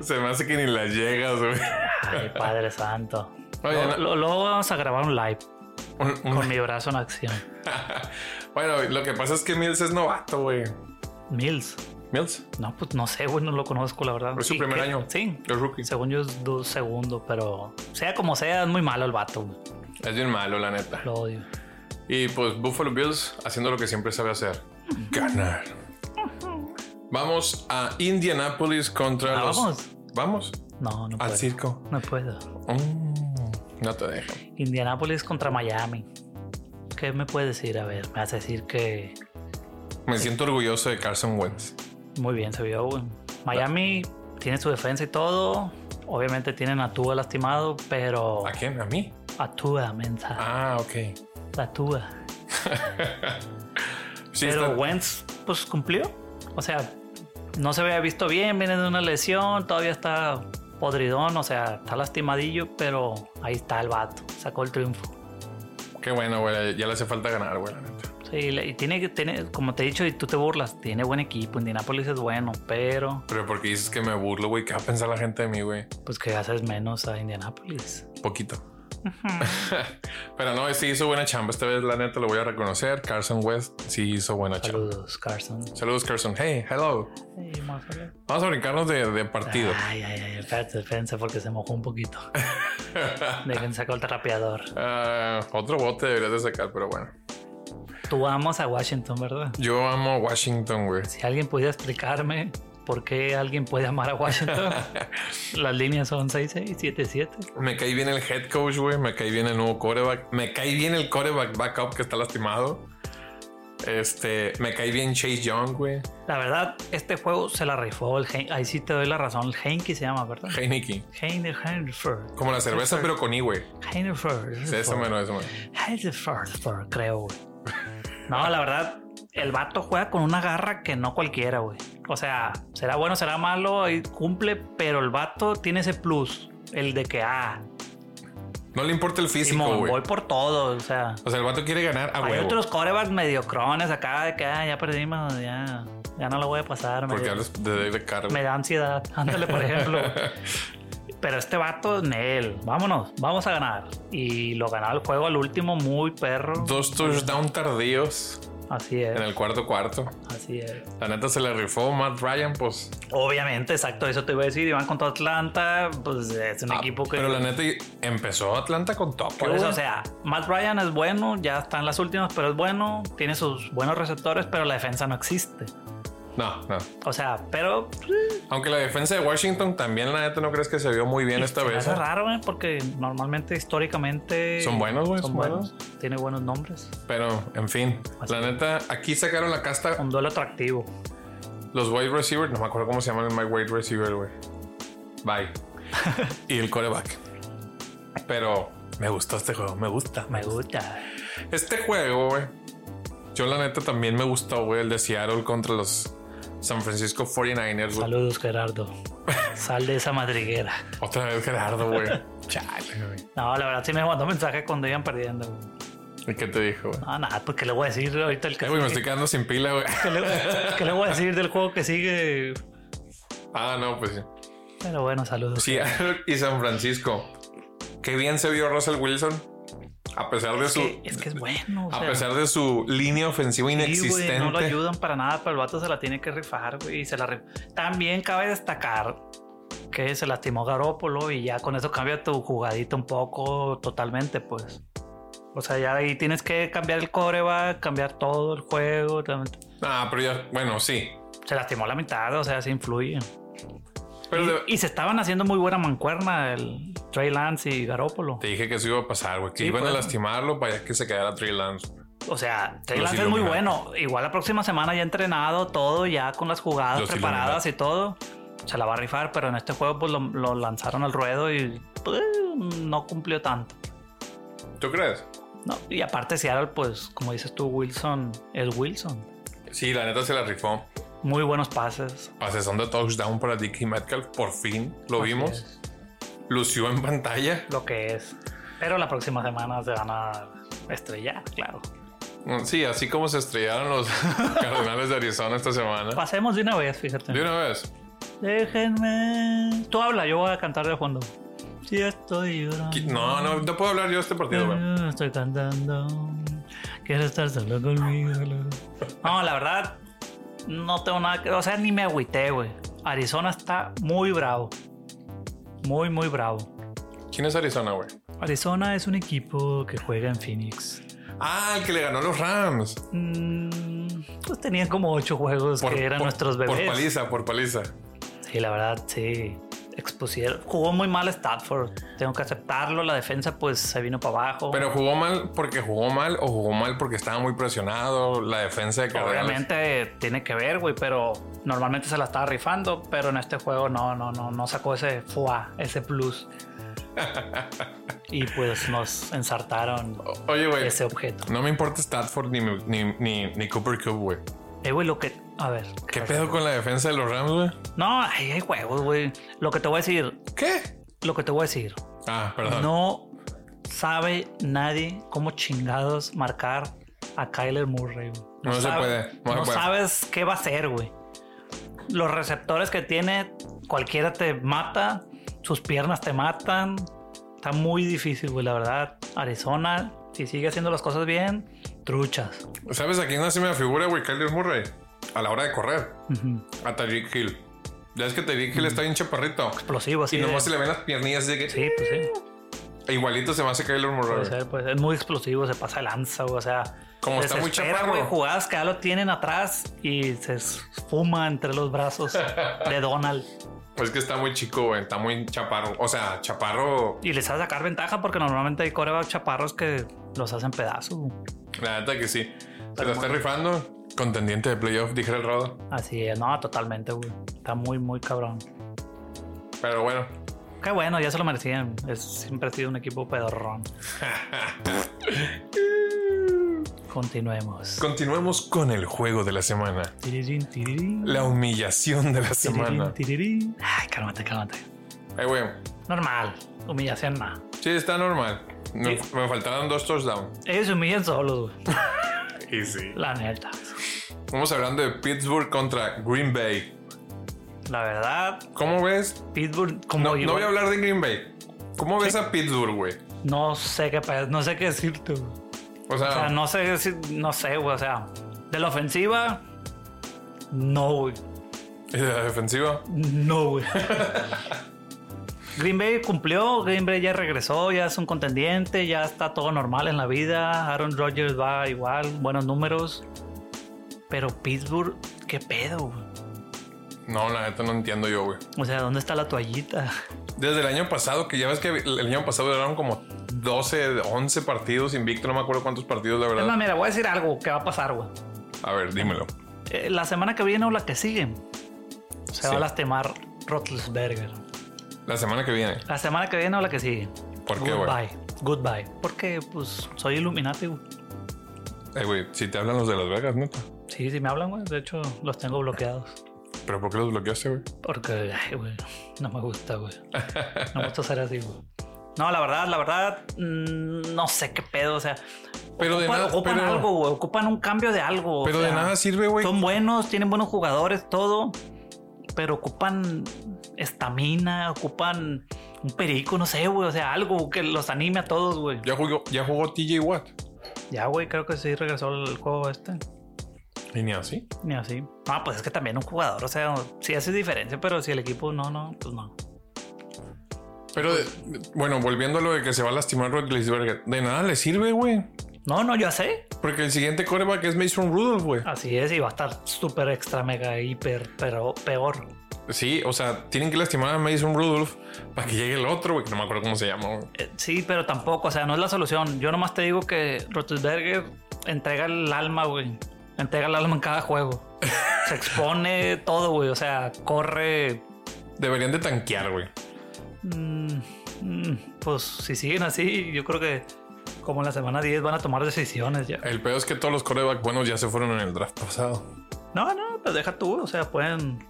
[SPEAKER 2] Se me hace que ni las llegas, güey.
[SPEAKER 1] Ay, Padre Santo.
[SPEAKER 2] Oye,
[SPEAKER 1] Lo-
[SPEAKER 2] no-
[SPEAKER 1] lo- Luego vamos a grabar un live
[SPEAKER 2] un- un-
[SPEAKER 1] con mi brazo en acción.
[SPEAKER 2] bueno, lo que pasa es que Mills es novato, güey.
[SPEAKER 1] Mills.
[SPEAKER 2] Mills
[SPEAKER 1] No, pues no sé, güey, no lo conozco, la verdad.
[SPEAKER 2] Es su
[SPEAKER 1] Sí,
[SPEAKER 2] primer
[SPEAKER 1] que-
[SPEAKER 2] año.
[SPEAKER 1] Sí.
[SPEAKER 2] es rookie.
[SPEAKER 1] Según yo es do- segundo, pero sea como sea, es muy malo el vato, güey.
[SPEAKER 2] Es bien malo, la neta.
[SPEAKER 1] Lo odio.
[SPEAKER 2] Y pues Buffalo Bills haciendo lo que siempre sabe hacer. Ganar. Vamos a Indianapolis contra
[SPEAKER 1] Ah,
[SPEAKER 2] los...
[SPEAKER 1] vamos.
[SPEAKER 2] Vamos
[SPEAKER 1] No, no
[SPEAKER 2] al
[SPEAKER 1] puedo.
[SPEAKER 2] circo.
[SPEAKER 1] No puedo.
[SPEAKER 2] Mm, no te dejo.
[SPEAKER 1] Indianápolis contra Miami. ¿Qué me puedes decir? A ver, me vas a decir que
[SPEAKER 2] Me siento orgulloso de Carson Wentz.
[SPEAKER 1] muy bien se vio, güey. Miami tiene su defensa y todo. Obviamente tienen a Tua lastimado, pero
[SPEAKER 2] ¿A quién? ¿A mí?
[SPEAKER 1] a Tua, mensa.
[SPEAKER 2] Ah, ok.
[SPEAKER 1] La Tua.
[SPEAKER 2] Sí,
[SPEAKER 1] pero
[SPEAKER 2] está-
[SPEAKER 1] Wentz, pues cumplió. O sea, no se había visto bien, viene de una lesión, todavía está podridón, o sea, está lastimadillo, pero ahí está el vato, sacó el triunfo.
[SPEAKER 2] Qué bueno, güey. Ya le hace falta ganar, güey, la neta.
[SPEAKER 1] Sí, le- y tiene que tener, como te he dicho, y tú te burlas, tiene buen equipo, Indianapolis es bueno, pero
[SPEAKER 2] Pero porque dices que me burlo, güey. ¿Qué va a pensar la gente de mí, güey?
[SPEAKER 1] pues que haces menos a Indianapolis.
[SPEAKER 2] Poquito. Pero no, sí hizo buena chamba. Esta vez, la neta, lo voy a reconocer. Carson West sí hizo buena chamba.
[SPEAKER 1] Saludos, Carson.
[SPEAKER 2] Saludos, Carson. Hey, hello.
[SPEAKER 1] Sí, vamos a ver.
[SPEAKER 2] Vamos a brincarnos de, de partido.
[SPEAKER 1] Ay, ay, ay, espérense, espérense porque se mojó un poquito. Dejen sacar el trapeador.
[SPEAKER 2] Ah, otro bote deberías de sacar, pero bueno.
[SPEAKER 1] Tú amas a Washington, ¿verdad?
[SPEAKER 2] Yo amo Washington, güey.
[SPEAKER 1] Si alguien pudiera explicarme por qué alguien puede amar a Washington, las líneas son 6677.
[SPEAKER 2] Me cae bien el head coach, güey. Me cae bien el nuevo coreback. Me cae bien el coreback backup que está lastimado. Este, me cae bien Chase Young, güey.
[SPEAKER 1] La verdad, este juego se la rifó. El Hen- ahí sí te doy la razón. El Heinke se llama, ¿verdad?
[SPEAKER 2] Heineken.
[SPEAKER 1] Heiner Heineford.
[SPEAKER 2] Como la cerveza, pero con I, güey.
[SPEAKER 1] Heineford.
[SPEAKER 2] Sí, Eso menos, eso menos.
[SPEAKER 1] Heineford, creo, güey. No, la verdad, el vato juega con una garra que no cualquiera, güey. O sea, será bueno, será malo, ahí cumple, pero el vato tiene ese plus. El de que, ah,
[SPEAKER 2] No le importa el físico,
[SPEAKER 1] Simón,
[SPEAKER 2] güey.
[SPEAKER 1] voy por todo, o sea.
[SPEAKER 2] O sea, el vato quiere ganar a
[SPEAKER 1] Hay
[SPEAKER 2] huevo.
[SPEAKER 1] otros corebacks mediocrones acá de que ah, ya perdimos, ya, ya no lo voy a pasar. Me,
[SPEAKER 2] Porque hablas de David Carr.
[SPEAKER 1] me da ansiedad. Ándale, por ejemplo. Pero este vato, Nel, vámonos, vamos a ganar. Y lo ganaba el juego al último, muy perro.
[SPEAKER 2] Dos touchdowns tardíos
[SPEAKER 1] Así es,
[SPEAKER 2] en el cuarto cuarto.
[SPEAKER 1] así es.
[SPEAKER 2] La neta se le rifó Matt Ryan, pues.
[SPEAKER 1] Obviamente, exacto, eso te iba a decir. Iban contra Atlanta, pues es un
[SPEAKER 2] ah,
[SPEAKER 1] equipo que.
[SPEAKER 2] Pero la neta empezó Atlanta con Tokio.
[SPEAKER 1] Por eso,
[SPEAKER 2] güey.
[SPEAKER 1] o sea, Matt Ryan es bueno, ya está en las últimas, pero es bueno, tiene sus buenos receptores, pero la defensa no existe.
[SPEAKER 2] No, no.
[SPEAKER 1] O sea, pero
[SPEAKER 2] Aunque la defensa de Washington también, la neta, no crees que se vio muy bien esta
[SPEAKER 1] Se me
[SPEAKER 2] vez.
[SPEAKER 1] hace
[SPEAKER 2] eh?
[SPEAKER 1] raro, güey, porque normalmente, históricamente.
[SPEAKER 2] Son buenos, güey,
[SPEAKER 1] Son
[SPEAKER 2] son
[SPEAKER 1] buenos. Tiene buenos nombres.
[SPEAKER 2] Pero, en fin,
[SPEAKER 1] Así
[SPEAKER 2] la neta, aquí sacaron la casta
[SPEAKER 1] Un duelo atractivo.
[SPEAKER 2] los wide receivers. No me acuerdo cómo se llaman el wide receiver, güey. Bye. y el coreback. Pero me gustó este juego, me gusta.
[SPEAKER 1] Me gusta.
[SPEAKER 2] Este juego, güey. Yo, la neta, también me gustó, güey, el de Seattle contra los San Francisco 49ers, güey.
[SPEAKER 1] Saludos, Gerardo. Sal de esa madriguera.
[SPEAKER 2] Otra vez Gerardo, güey. Chale, güey.
[SPEAKER 1] No, la verdad sí me mandó mensaje cuando iban perdiendo. güey.
[SPEAKER 2] ¿Y qué te dijo, güey?
[SPEAKER 1] No, nada, pues qué le voy a decir ahorita el que
[SPEAKER 2] Eh, güey, me estoy
[SPEAKER 1] sigue?
[SPEAKER 2] quedando sin pila, güey.
[SPEAKER 1] ¿Qué le- qué le voy a decir del juego que sigue?
[SPEAKER 2] ah, no, pues sí.
[SPEAKER 1] Pero bueno, saludos.
[SPEAKER 2] Seattle y San Francisco. Qué bien se vio Russell Wilson. A pesar de
[SPEAKER 1] Es
[SPEAKER 2] Pues su.
[SPEAKER 1] que, es que es bueno. o
[SPEAKER 2] a
[SPEAKER 1] sea,
[SPEAKER 2] pesar de su línea ofensiva
[SPEAKER 1] Sí, güey,
[SPEAKER 2] inexistente.
[SPEAKER 1] no lo ayudan para nada, pero el vato se la tiene que rifar, güey. y se la rif- También cabe destacar que se lastimó Garópolo y ya con eso cambia tu jugadita un poco totalmente, pues. O sea, ya ahí tienes que cambiar el coreback, cambiar todo el juego. totalmente.
[SPEAKER 2] Ah, pero ya. Bueno, sí.
[SPEAKER 1] Se lastimó la mitad, o sea, se influye.
[SPEAKER 2] Pero de-
[SPEAKER 1] Y se estaban haciendo muy buena mancuerna el Trey Lance y Garópolo.
[SPEAKER 2] te dije que eso iba a pasar, güey. Que
[SPEAKER 1] Sí,
[SPEAKER 2] iban
[SPEAKER 1] pues.
[SPEAKER 2] a lastimarlo para que se quedara Trey Lance.
[SPEAKER 1] O sea, Trey
[SPEAKER 2] Los
[SPEAKER 1] Lance es muy
[SPEAKER 2] Illuminati.
[SPEAKER 1] bueno. Igual la próxima semana ya entrenado, todo, ya con las jugadas
[SPEAKER 2] Los
[SPEAKER 1] preparadas y todo. Se la va a rifar, pero en este juego pues lo, lo lanzaron al ruedo y pues, no cumplió tanto.
[SPEAKER 2] ¿Tú crees?
[SPEAKER 1] No, y aparte Seattle, pues como dices tú, Wilson es Wilson.
[SPEAKER 2] Sí, la neta se la rifó.
[SPEAKER 1] Muy buenos pases.
[SPEAKER 2] Pasesón de touchdown para Dickie Metcalf. Por fin lo
[SPEAKER 1] Así
[SPEAKER 2] vimos.
[SPEAKER 1] es,
[SPEAKER 2] Lució en pantalla.
[SPEAKER 1] lo que es. Pero la próxima semana se van a estrellar, claro.
[SPEAKER 2] Mm, Sí, así como se estrellaron los Cardenales de Arizona esta semana.
[SPEAKER 1] Pasemos de una vez, fíjate.
[SPEAKER 2] Ah. De una vez.
[SPEAKER 1] Déjenme. Tú habla, yo voy a cantar de fondo. Si estoy llorando.
[SPEAKER 2] Qui- No, no, no puedo hablar yo de este partido, güey.
[SPEAKER 1] Yo estoy cantando. Quiero estar solo conmigo. No, la verdad, no tengo nada que. O sea, ni me agüité, güey. Arizona está muy bravo. Muy, muy bravo.
[SPEAKER 2] ¿Quién es Arizona, güey?
[SPEAKER 1] Arizona es un equipo que juega en Phoenix.
[SPEAKER 2] Ah, el que le ganó a los Rams.
[SPEAKER 1] Mm, pues tenían como ocho juegos que eran nuestros bebés.
[SPEAKER 2] Por paliza, por paliza.
[SPEAKER 1] Sí, la verdad, sí. Expusieron. Jugó muy mal Stafford. Tengo que aceptarlo. La defensa, pues, se vino para abajo.
[SPEAKER 2] Pero jugó mal porque jugó mal o jugó mal porque estaba muy presionado. La defensa de Cardenales.
[SPEAKER 1] Obviamente tiene que ver, güey, pero normalmente se la estaba rifando, pero en este juego no, no, no, no sacó ese fuá, ese plus. y pues nos ensartaron
[SPEAKER 2] O- Oye, güey.
[SPEAKER 1] ese objeto.
[SPEAKER 2] No me importa Statford ni, ni, ni, ni Cooper Cup, güey.
[SPEAKER 1] Eh, güey, lo que. A ver.
[SPEAKER 2] ¿Qué pedo con la defensa de los Rams, güey?
[SPEAKER 1] No, ay, hay juegos, güey. Lo que te voy a decir,
[SPEAKER 2] ¿Qué?
[SPEAKER 1] lo que te voy a decir.
[SPEAKER 2] Ah, perdón.
[SPEAKER 1] No sabe nadie cómo chingados marcar a Kyler Murray. güey.
[SPEAKER 2] No se
[SPEAKER 1] sabe-
[SPEAKER 2] puede, no se puede.
[SPEAKER 1] sabes qué va a hacer, güey. Los receptores que tiene, cualquiera te mata, sus piernas te matan. Está muy difícil, güey, la verdad. Arizona, si sigue haciendo las cosas bien, truchas.
[SPEAKER 2] ¿Sabes a quién no se me figura, güey? Kyler Murray. A la hora de correr.
[SPEAKER 1] Ujú.
[SPEAKER 2] A Tyreek Hill. Ya es que Tyreek Hill está bien chaparrito.
[SPEAKER 1] Explosivo, así.
[SPEAKER 2] Y
[SPEAKER 1] de-
[SPEAKER 2] nomás se le ven las piernillas de que...
[SPEAKER 1] Mm. Sí, pues sí.
[SPEAKER 2] E Igualito se me hace Kyler Murray.
[SPEAKER 1] Puede ser, puede ser. Es muy explosivo, se pasa de lanza, güey, O sea,
[SPEAKER 2] Como está muy
[SPEAKER 1] desespera,
[SPEAKER 2] chaparro.
[SPEAKER 1] güey, jugadas que ya lo tienen atrás y se esfuma entre los brazos de Donald.
[SPEAKER 2] Pues Es que está muy chico, güey. Está muy chaparro. O sea, chaparro...
[SPEAKER 1] Y les hace sacar ventaja porque normalmente hay coreback chaparros que los hacen pedazos. güey.
[SPEAKER 2] La neta que sí. Se
[SPEAKER 1] Pero
[SPEAKER 2] la está
[SPEAKER 1] bueno.
[SPEAKER 2] rifando. Contendiente de playoff, dijera el Rodo.
[SPEAKER 1] Así es, no, totalmente, güey. Está muy, muy cabrón.
[SPEAKER 2] Pero bueno.
[SPEAKER 1] Qué bueno, ya se lo merecían. Es, siempre ha sido un equipo pedorrón. Continuemos.
[SPEAKER 2] Continuemos con el juego de la semana.
[SPEAKER 1] Tirirín, tirirín,
[SPEAKER 2] La humillación de la
[SPEAKER 1] tirirín,
[SPEAKER 2] semana.
[SPEAKER 1] tirirín. Ay, cálmate, cálmate.
[SPEAKER 2] Ay, güey.
[SPEAKER 1] Normal. Humillación, nada.
[SPEAKER 2] Sí, está normal. Me, me faltaron dos touchdowns.
[SPEAKER 1] Ellos se humillan solos, güey.
[SPEAKER 2] Y sí.
[SPEAKER 1] La neta.
[SPEAKER 2] Vamos hablando de Pittsburgh contra Green Bay.
[SPEAKER 1] La verdad,
[SPEAKER 2] ¿Cómo ves?
[SPEAKER 1] Pittsburgh, como
[SPEAKER 2] No,
[SPEAKER 1] digo,
[SPEAKER 2] no voy a hablar de Green Bay. ¿Cómo ves a Pittsburgh, güey?
[SPEAKER 1] no sé qué pe- no sé qué decirte. güey.
[SPEAKER 2] O
[SPEAKER 1] O sea,
[SPEAKER 2] sea,
[SPEAKER 1] no sé decir- no sé, güey. O sea, de la ofensiva, no, güey.
[SPEAKER 2] ¿y de la defensiva.
[SPEAKER 1] No, güey. Green Bay cumplió, Green Bay ya regresó, ya es un contendiente, ya está todo normal en la vida. Aaron Rodgers va igual, buenos números. Pero Pittsburgh, qué pedo, güey.
[SPEAKER 2] No, la neta no entiendo yo, güey.
[SPEAKER 1] O sea, ¿dónde está la toallita?
[SPEAKER 2] Desde el año pasado, que ya ves que el año pasado duraron como 12, 11 partidos invicto. No me acuerdo cuántos partidos, la
[SPEAKER 1] Es
[SPEAKER 2] verdad.
[SPEAKER 1] más, mira, voy a decir algo que va a pasar, güey.
[SPEAKER 2] A ver, dímelo.
[SPEAKER 1] Eh, la semana que viene o la que sigue se
[SPEAKER 2] Sí.
[SPEAKER 1] va a lastimar Rotlesberger.
[SPEAKER 2] La semana que viene.
[SPEAKER 1] La semana que viene o la que sigue.
[SPEAKER 2] ¿Por qué, güey?
[SPEAKER 1] Goodbye. Goodbye. Porque pues soy Illuminati. güey.
[SPEAKER 2] Eh, güey, si te hablan los de Las Vegas, neta.
[SPEAKER 1] Sí, sí me hablan, güey. De hecho, los tengo bloqueados.
[SPEAKER 2] ¿Pero por qué los bloqueaste, güey?
[SPEAKER 1] Porque, ay, güey, no me gusta, güey. No me gusta ser así, güey. No, la verdad, la verdad, mm, no sé qué pedo. O sea,
[SPEAKER 2] Pero de
[SPEAKER 1] ocupan,
[SPEAKER 2] nada-
[SPEAKER 1] ocupan
[SPEAKER 2] pero-
[SPEAKER 1] algo, güey. Ocupan un cambio de algo. o
[SPEAKER 2] Pero de
[SPEAKER 1] sea,
[SPEAKER 2] nada sirve, güey.
[SPEAKER 1] Son buenos, tienen buenos jugadores, todo, pero ocupan estamina, ocupan un perico, no sé, güey, o sea, algo que los anime a todos, güey.
[SPEAKER 2] Ya jugó, ya jugó TJ Watt.
[SPEAKER 1] Ya, güey, creo que sí regresó el juego este,
[SPEAKER 2] Y ni así.
[SPEAKER 1] ni así. Ah, pues es que también un jugador, o sea, sí hace diferencia, pero si el equipo no, no, pues no.
[SPEAKER 2] Pero de-
[SPEAKER 1] Pues
[SPEAKER 2] bueno, volviendo a lo de que se va a lastimar Rodlisberger, de nada le sirve, güey.
[SPEAKER 1] No, no, ya sé.
[SPEAKER 2] Porque el siguiente coreback es Mason Rudolph, güey.
[SPEAKER 1] Así es, y va a estar súper extra, mega, hiper, pero peor.
[SPEAKER 2] Sí, o sea, tienen que lastimar a Mason Rudolph para que llegue el otro, güey, que no me acuerdo cómo se llama, güey.
[SPEAKER 1] Eh, Sí, pero tampoco, o sea, no es la solución. Yo nomás te digo que Roethlisberger entrega el alma, güey. Entrega el alma en cada juego. Se expone todo, güey. O sea, corre.
[SPEAKER 2] Deberían de tanquear, güey.
[SPEAKER 1] Mm, mm, pues si siguen así, yo creo que como en la semana 10 van a tomar decisiones ya.
[SPEAKER 2] El peor es que todos los corebacks buenos ya se fueron en el draft pasado.
[SPEAKER 1] No, no, pues deja tú, o sea, pueden.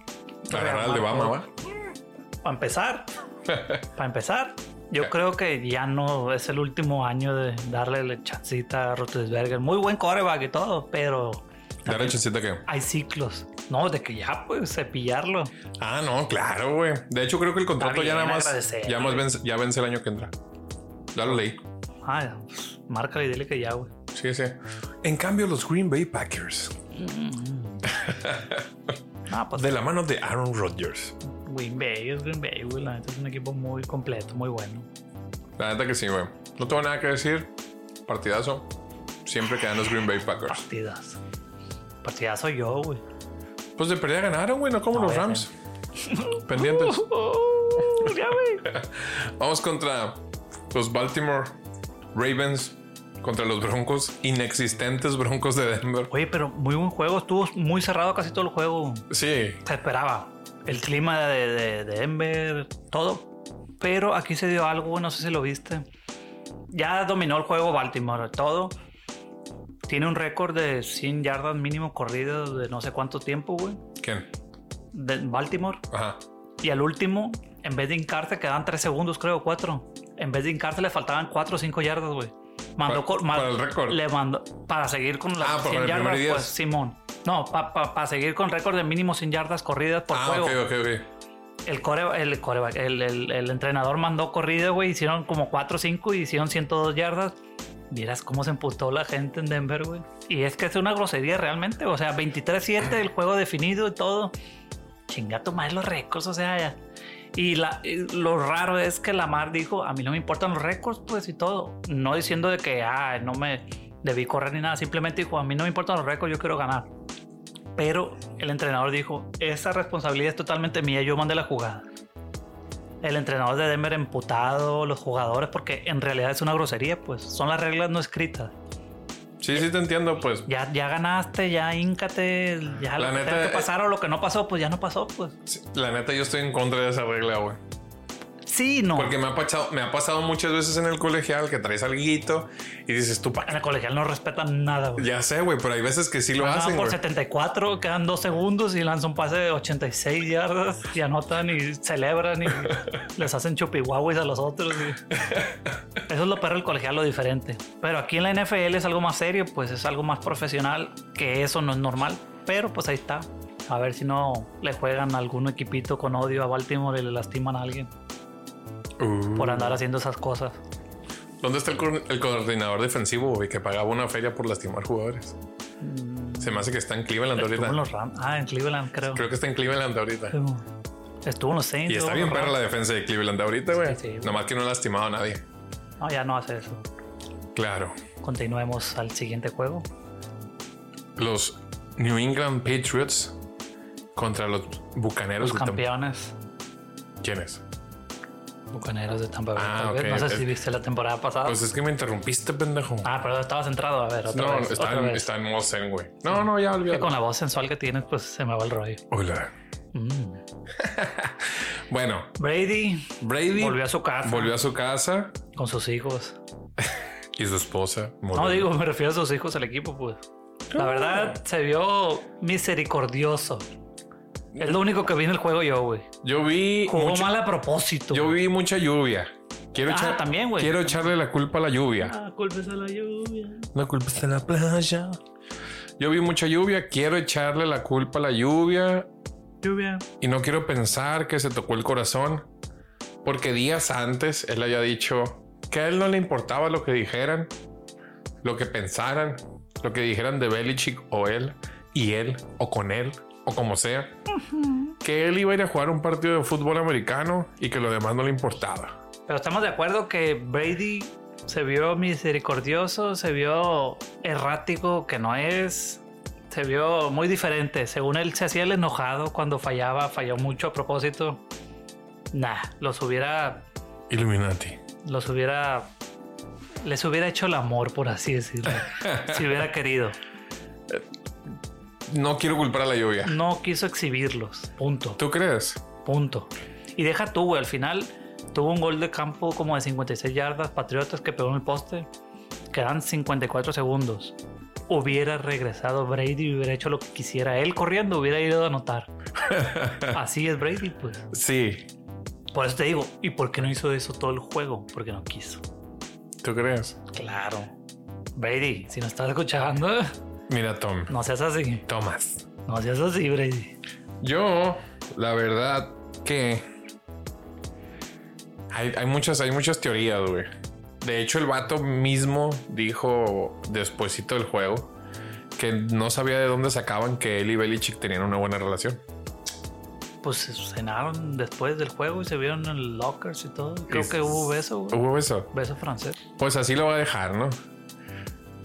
[SPEAKER 2] Agarrar
[SPEAKER 1] rearmar
[SPEAKER 2] al de Bama,
[SPEAKER 1] todo.
[SPEAKER 2] ¿va?
[SPEAKER 1] Para empezar, para empezar, yo creo que ya no es el último año de darle la chancita a Roethlisberger. Muy buen coreback y todo, pero
[SPEAKER 2] Dar el chancita que.
[SPEAKER 1] Hay ciclos. No, de que ya, pues, cepillarlo.
[SPEAKER 2] Ah, no, claro, güey. De hecho, creo que el contrato
[SPEAKER 1] bien,
[SPEAKER 2] ya nada más.
[SPEAKER 1] agradecer,
[SPEAKER 2] Ya, más
[SPEAKER 1] güey.
[SPEAKER 2] vence, ya vence el año que entra. Ya lo leí.
[SPEAKER 1] Ah, pues, márcale y dile que ya, güey.
[SPEAKER 2] Sí, sí. En cambio, los Green Bay Packers,
[SPEAKER 1] Ah, pues,
[SPEAKER 2] de la mano de Aaron Rodgers.
[SPEAKER 1] Green Bay es Green Bay, güey. La neta es un equipo muy completo, muy bueno.
[SPEAKER 2] La neta que sí, güey. No tengo nada que decir. Partidazo. Siempre quedan los Green Bay Packers.
[SPEAKER 1] Partidas. Partidas soy yo, güey.
[SPEAKER 2] Pues de pérdida ganaron, güey, no como
[SPEAKER 1] No,
[SPEAKER 2] los
[SPEAKER 1] ya
[SPEAKER 2] Rams. Pendientes.
[SPEAKER 1] Oh, ya, güey.
[SPEAKER 2] Vamos contra los Baltimore Ravens, contra los Broncos, inexistentes Broncos de Denver.
[SPEAKER 1] Oye, pero muy buen juego. Estuvo muy cerrado casi todo el juego.
[SPEAKER 2] Sí,
[SPEAKER 1] Se esperaba. El clima de, de, de Denver, todo. Pero aquí se dio algo, no sé si lo viste. Ya dominó el juego Baltimore, todo. Tiene un récord de 100 yardas mínimo corrido de no sé cuánto tiempo, güey.
[SPEAKER 2] ¿quién?
[SPEAKER 1] De Baltimore.
[SPEAKER 2] Ajá.
[SPEAKER 1] Y al último, en vez de hincarse, quedan 3 segundos, creo, 4. En vez de hincarse, le faltaban 4 o 5 yardas, güey. Mandó
[SPEAKER 2] Pa-
[SPEAKER 1] cor- ma-
[SPEAKER 2] para el récord.
[SPEAKER 1] Le mandó para seguir con las
[SPEAKER 2] Ah, por
[SPEAKER 1] 100
[SPEAKER 2] el primer
[SPEAKER 1] yardas,
[SPEAKER 2] y
[SPEAKER 1] pues,
[SPEAKER 2] diez.
[SPEAKER 1] Simón. No, para seguir con récord de mínimo 100 yardas corridas por
[SPEAKER 2] Ah,
[SPEAKER 1] juego.
[SPEAKER 2] ok, ok, ok.
[SPEAKER 1] El, core, el, coreback- el, el- el entrenador mandó corrida, güey. Hicieron como 4 o 5 y hicieron 102 yardas. Miras cómo se emputó la gente en Denver, güey. Y es que es una grosería realmente. O sea, 23-7, el juego definido y todo. Chinga tomar los récords, o sea, ya. Y, la, y lo raro es que Lamar dijo, a mí no me importan los récords, pues, y todo. No diciendo de que, ah, no me debí correr ni nada. Simplemente dijo, a mí no me importan los récords, yo quiero ganar. Pero el entrenador dijo, esa responsabilidad es totalmente mía, yo mandé la jugada. El entrenador de Denver emputado, los jugadores, porque en realidad es una grosería, pues son las reglas no escritas.
[SPEAKER 2] Sí, sí, te entiendo, pues.
[SPEAKER 1] Ya, ya ganaste, ya íncate, ya
[SPEAKER 2] La
[SPEAKER 1] lo que
[SPEAKER 2] neta,
[SPEAKER 1] tenga que
[SPEAKER 2] eh,
[SPEAKER 1] pasar o lo que no pasó, pues ya no pasó, pues.
[SPEAKER 2] Sí, La neta, yo estoy en contra de esa regla, güey.
[SPEAKER 1] Sí, no.
[SPEAKER 2] Porque me ha, pasado, me ha pasado muchas veces en el colegial que traes alguito y dices, tú, pa-
[SPEAKER 1] En el colegial no respetan nada, güey.
[SPEAKER 2] ya sé, güey, pero hay veces que sí lo
[SPEAKER 1] Ganaban
[SPEAKER 2] hacen,
[SPEAKER 1] por
[SPEAKER 2] güey.
[SPEAKER 1] 74, quedan dos segundos y lanzan un pase de 86 yardas y anotan y celebran y les hacen chupihuahuis a los otros. y- Eso es lo perro del colegial, lo diferente. Pero aquí en la NFL es algo más serio, pues es algo más profesional, que eso no es normal. Pero pues ahí está. A ver si no le juegan a algún equipito con odio a Baltimore y le lastiman a alguien
[SPEAKER 2] Uh.
[SPEAKER 1] por andar haciendo esas cosas.
[SPEAKER 2] ¿Dónde está el, co- el coordinador defensivo, güey, que pagaba una feria por lastimar jugadores? Se me hace que está en Cleveland
[SPEAKER 1] Estuvo en
[SPEAKER 2] ahorita.
[SPEAKER 1] los Rams. Ah, en Cleveland, creo.
[SPEAKER 2] Creo que está en Cleveland ahorita.
[SPEAKER 1] Estuvo en los Saints.
[SPEAKER 2] Y está
[SPEAKER 1] luego
[SPEAKER 2] bien
[SPEAKER 1] los
[SPEAKER 2] perra la defensa de Cleveland ahorita, güey.
[SPEAKER 1] sí, güey.
[SPEAKER 2] Nomás que no ha lastimado a nadie.
[SPEAKER 1] Rams. No, ya no hace eso.
[SPEAKER 2] Claro.
[SPEAKER 1] Continuemos al siguiente juego.
[SPEAKER 2] Los New England Patriots contra los Bucaneros
[SPEAKER 1] Los
[SPEAKER 2] de Tampa.
[SPEAKER 1] campeones
[SPEAKER 2] ¿Quiénes?
[SPEAKER 1] bucaneros de Tampa Bay.
[SPEAKER 2] Ah,
[SPEAKER 1] tal vez.
[SPEAKER 2] ok.
[SPEAKER 1] No sé
[SPEAKER 2] Es-
[SPEAKER 1] si viste la temporada pasada.
[SPEAKER 2] Pues es que me interrumpiste, pendejo.
[SPEAKER 1] ah, pero estabas centrado. A ver, otra
[SPEAKER 2] no,
[SPEAKER 1] vez.
[SPEAKER 2] está
[SPEAKER 1] otra
[SPEAKER 2] en,
[SPEAKER 1] vez.
[SPEAKER 2] está en Mosen, güey. No, no, ya olvidé.
[SPEAKER 1] Con la voz sensual que tienes, pues se me va el rollo.
[SPEAKER 2] Hola.
[SPEAKER 1] Mm.
[SPEAKER 2] Bueno,
[SPEAKER 1] Brady
[SPEAKER 2] Brady
[SPEAKER 1] volvió a su casa
[SPEAKER 2] volvió a su casa
[SPEAKER 1] con sus hijos.
[SPEAKER 2] y su esposa. murió.
[SPEAKER 1] No digo, me refiero a sus hijos al equipo, pues. La verdad, se vio misericordioso. Es lo único que vi en el juego yo, güey.
[SPEAKER 2] Yo vi.
[SPEAKER 1] Jugó
[SPEAKER 2] mucho-
[SPEAKER 1] mal a propósito.
[SPEAKER 2] Yo vi mucha lluvia. Quiero,
[SPEAKER 1] Ah,
[SPEAKER 2] echar-
[SPEAKER 1] también, güey.
[SPEAKER 2] quiero echarle la culpa a la lluvia.
[SPEAKER 1] Ah, culpes a la lluvia.
[SPEAKER 2] La culpa está en la playa. Yo vi mucha lluvia. Quiero echarle la culpa a la lluvia.
[SPEAKER 1] Lluvia.
[SPEAKER 2] Y no quiero pensar que se tocó el corazón. Porque días antes él había dicho que a él no le importaba lo que dijeran, lo que pensaran, lo que dijeran de Belichick o él, y él, o con él, o como sea. Que él iba a ir a jugar un partido de fútbol americano y que lo demás no le importaba.
[SPEAKER 1] Pero estamos de acuerdo que Brady se vio misericordioso, se vio errático, que no es. Se vio muy diferente. Según él, se hacía el enojado cuando fallaba, falló mucho a propósito. Nah, los hubiera.
[SPEAKER 2] Illuminati.
[SPEAKER 1] Los hubiera. Les hubiera hecho el amor, por así decirlo. si hubiera querido.
[SPEAKER 2] No quiero culpar a la lluvia.
[SPEAKER 1] No quiso exhibirlos. Punto.
[SPEAKER 2] ¿Tú crees?
[SPEAKER 1] Punto. Y deja tú, güey. Al final tuvo un gol de campo como de 56 yardas, Patriotas que pegó en el poste. Quedan 54 segundos. Hubiera regresado Brady, hubiera hecho lo que quisiera. Él corriendo hubiera ido a anotar. Así es Brady, pues.
[SPEAKER 2] Sí.
[SPEAKER 1] Por eso te digo, ¿y por qué no hizo eso todo el juego? Porque no quiso.
[SPEAKER 2] ¿Tú crees?
[SPEAKER 1] Claro. Brady, si nos estás escuchando,
[SPEAKER 2] Mira, Tom.
[SPEAKER 1] No seas así.
[SPEAKER 2] Tomás.
[SPEAKER 1] No seas así, Brady.
[SPEAKER 2] Yo, la verdad que hay, hay muchas, hay muchas teorías, güey. De hecho, el vato mismo dijo despuesito del juego que no sabía de dónde sacaban que él y Belichick tenían una buena relación.
[SPEAKER 1] Pues cenaron después del juego y se vieron en lockers y todo. Creo
[SPEAKER 2] Es-
[SPEAKER 1] que hubo beso, güey.
[SPEAKER 2] Hubo eso.
[SPEAKER 1] Beso francés.
[SPEAKER 2] Pues así lo va a dejar, ¿no?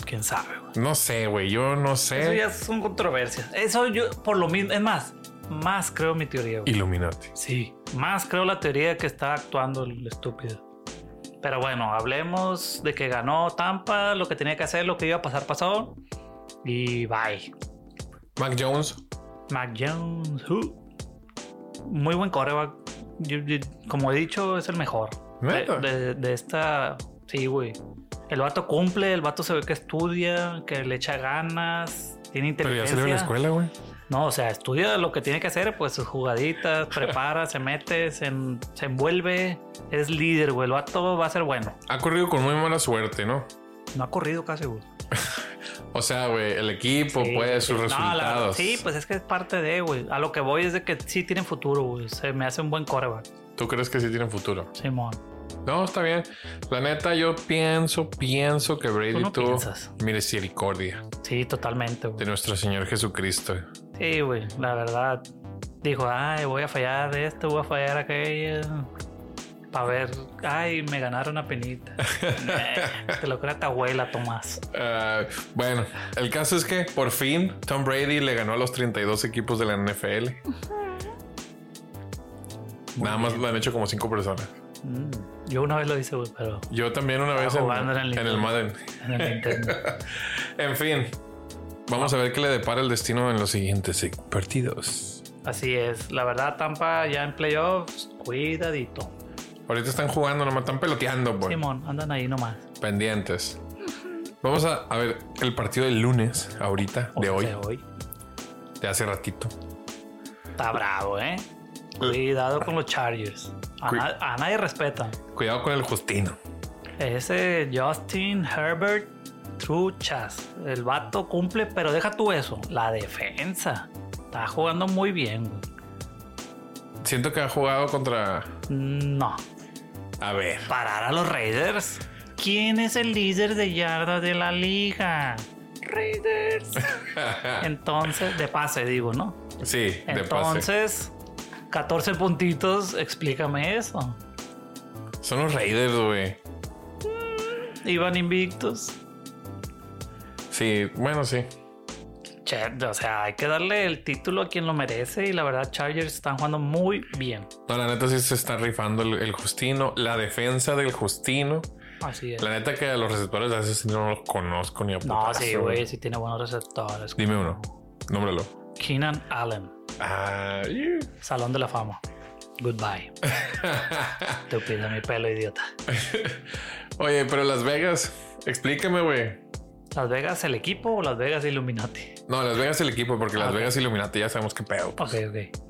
[SPEAKER 1] Quién sabe, güey.
[SPEAKER 2] No sé, güey. Yo no
[SPEAKER 1] Eso
[SPEAKER 2] sé.
[SPEAKER 1] ya son controversias. Eso yo, por lo mismo, es más, más creo mi teoría, güey.
[SPEAKER 2] Illuminati.
[SPEAKER 1] Sí, más creo la teoría que está actuando el estúpido. Pero bueno, hablemos de que ganó Tampa, lo que tenía que hacer, lo que iba a pasar, pasó. Y bye.
[SPEAKER 2] Mac Jones.
[SPEAKER 1] Mac Jones, who? muy buen coreback. Yo- yo- Como he dicho, es el mejor. De,
[SPEAKER 2] ¿Neta?
[SPEAKER 1] de- de esta. Sí, güey. El vato cumple, el vato se ve que estudia, que le echa ganas, tiene
[SPEAKER 2] Pero ya
[SPEAKER 1] inteligencia.
[SPEAKER 2] salió de la escuela, güey.
[SPEAKER 1] No, o sea, estudia lo que tiene que hacer, pues sus jugaditas, prepara, se mete, se, en- se envuelve, es líder, güey. El vato va a ser bueno.
[SPEAKER 2] Ha corrido con muy mala suerte, ¿no?
[SPEAKER 1] No ha corrido casi, güey.
[SPEAKER 2] O sea, güey, el equipo,
[SPEAKER 1] Sí,
[SPEAKER 2] pues, sus
[SPEAKER 1] sí. No, la verdad,
[SPEAKER 2] resultados.
[SPEAKER 1] sí, pues es que es parte de, güey. A lo que voy es de que sí tienen futuro, güey. Se me hace un buen coreback,
[SPEAKER 2] ¿Tú crees que sí tienen futuro?
[SPEAKER 1] Simón.
[SPEAKER 2] No, está bien. La neta, yo pienso, pienso que Brady
[SPEAKER 1] no
[SPEAKER 2] tuvo
[SPEAKER 1] piensas.
[SPEAKER 2] misericordia
[SPEAKER 1] Sí, totalmente,
[SPEAKER 2] de
[SPEAKER 1] güey.
[SPEAKER 2] nuestro Señor Jesucristo.
[SPEAKER 1] Sí, güey, la verdad. Dijo, ay, voy a fallar esto, voy a fallar aquello. Para ver, ay, me ganaron a penita. Eh, Te lo crea tu abuela, Tomás.
[SPEAKER 2] Ah, bueno, el caso es que por fin Tom Brady le ganó a los 32 equipos de la NFL. Nada más lo han hecho como cinco personas.
[SPEAKER 1] Mm, Yo una vez lo hice, güey, pero
[SPEAKER 2] Yo también una vez en,
[SPEAKER 1] jugando en el
[SPEAKER 2] en el
[SPEAKER 1] Nintendo.
[SPEAKER 2] Madden.
[SPEAKER 1] en el Nintendo.
[SPEAKER 2] En fin, vamos a ver qué le depara el destino en los siguientes partidos.
[SPEAKER 1] Así es. La verdad, Tampa ya en playoffs, cuidadito.
[SPEAKER 2] Ahorita están jugando, nomás están peloteando, pues.
[SPEAKER 1] Simón, andan ahí nomás.
[SPEAKER 2] Pendientes. Vamos a, a ver el partido del lunes, ahorita,
[SPEAKER 1] O
[SPEAKER 2] de
[SPEAKER 1] sea,
[SPEAKER 2] hoy, de hace ratito.
[SPEAKER 1] Está bravo, ¿eh? Cuidado con los Chargers. A,
[SPEAKER 2] Pues, ah. Cui-
[SPEAKER 1] na- a nadie respeta.
[SPEAKER 2] Cuidado con el Justino.
[SPEAKER 1] Ese eh, Justin Herbert Truchas. El vato cumple, pero deja tú eso. La defensa. Está jugando muy bien. güey.
[SPEAKER 2] Siento que ha jugado contra.
[SPEAKER 1] No.
[SPEAKER 2] A ver.
[SPEAKER 1] Parar a los Raiders. ¿Quién es el líder de yardas de la liga? Raiders. Entonces, de pase digo, ¿no?
[SPEAKER 2] sí, de pase.
[SPEAKER 1] Entonces, 14 puntitos, explícame eso.
[SPEAKER 2] Son los Raiders, güey.
[SPEAKER 1] Iban invictos.
[SPEAKER 2] Sí, bueno, sí.
[SPEAKER 1] Che, o sea, hay que darle el título a quien lo merece y la verdad Chargers están jugando muy bien.
[SPEAKER 2] No, la neta sí se está rifando el, el Justino. La defensa del Justino.
[SPEAKER 1] Así es.
[SPEAKER 2] La neta que a los receptores a veces sí no los conozco ni a
[SPEAKER 1] No,
[SPEAKER 2] putazo,
[SPEAKER 1] sí, güey, sí tiene buenos receptores.
[SPEAKER 2] Dime uno. Nómbralo.
[SPEAKER 1] Keenan Allen,
[SPEAKER 2] Ah, yeah.
[SPEAKER 1] Salón de la Fama. Goodbye. Te pido mi pelo, idiota.
[SPEAKER 2] Oye, pero Las Vegas, explícame, güey.
[SPEAKER 1] ¿Las Vegas el equipo o Las Vegas Illuminati?
[SPEAKER 2] No, Las Vegas el equipo, porque Las Vegas Illuminati ya sabemos qué pedo.
[SPEAKER 1] Ah, Ok, ok.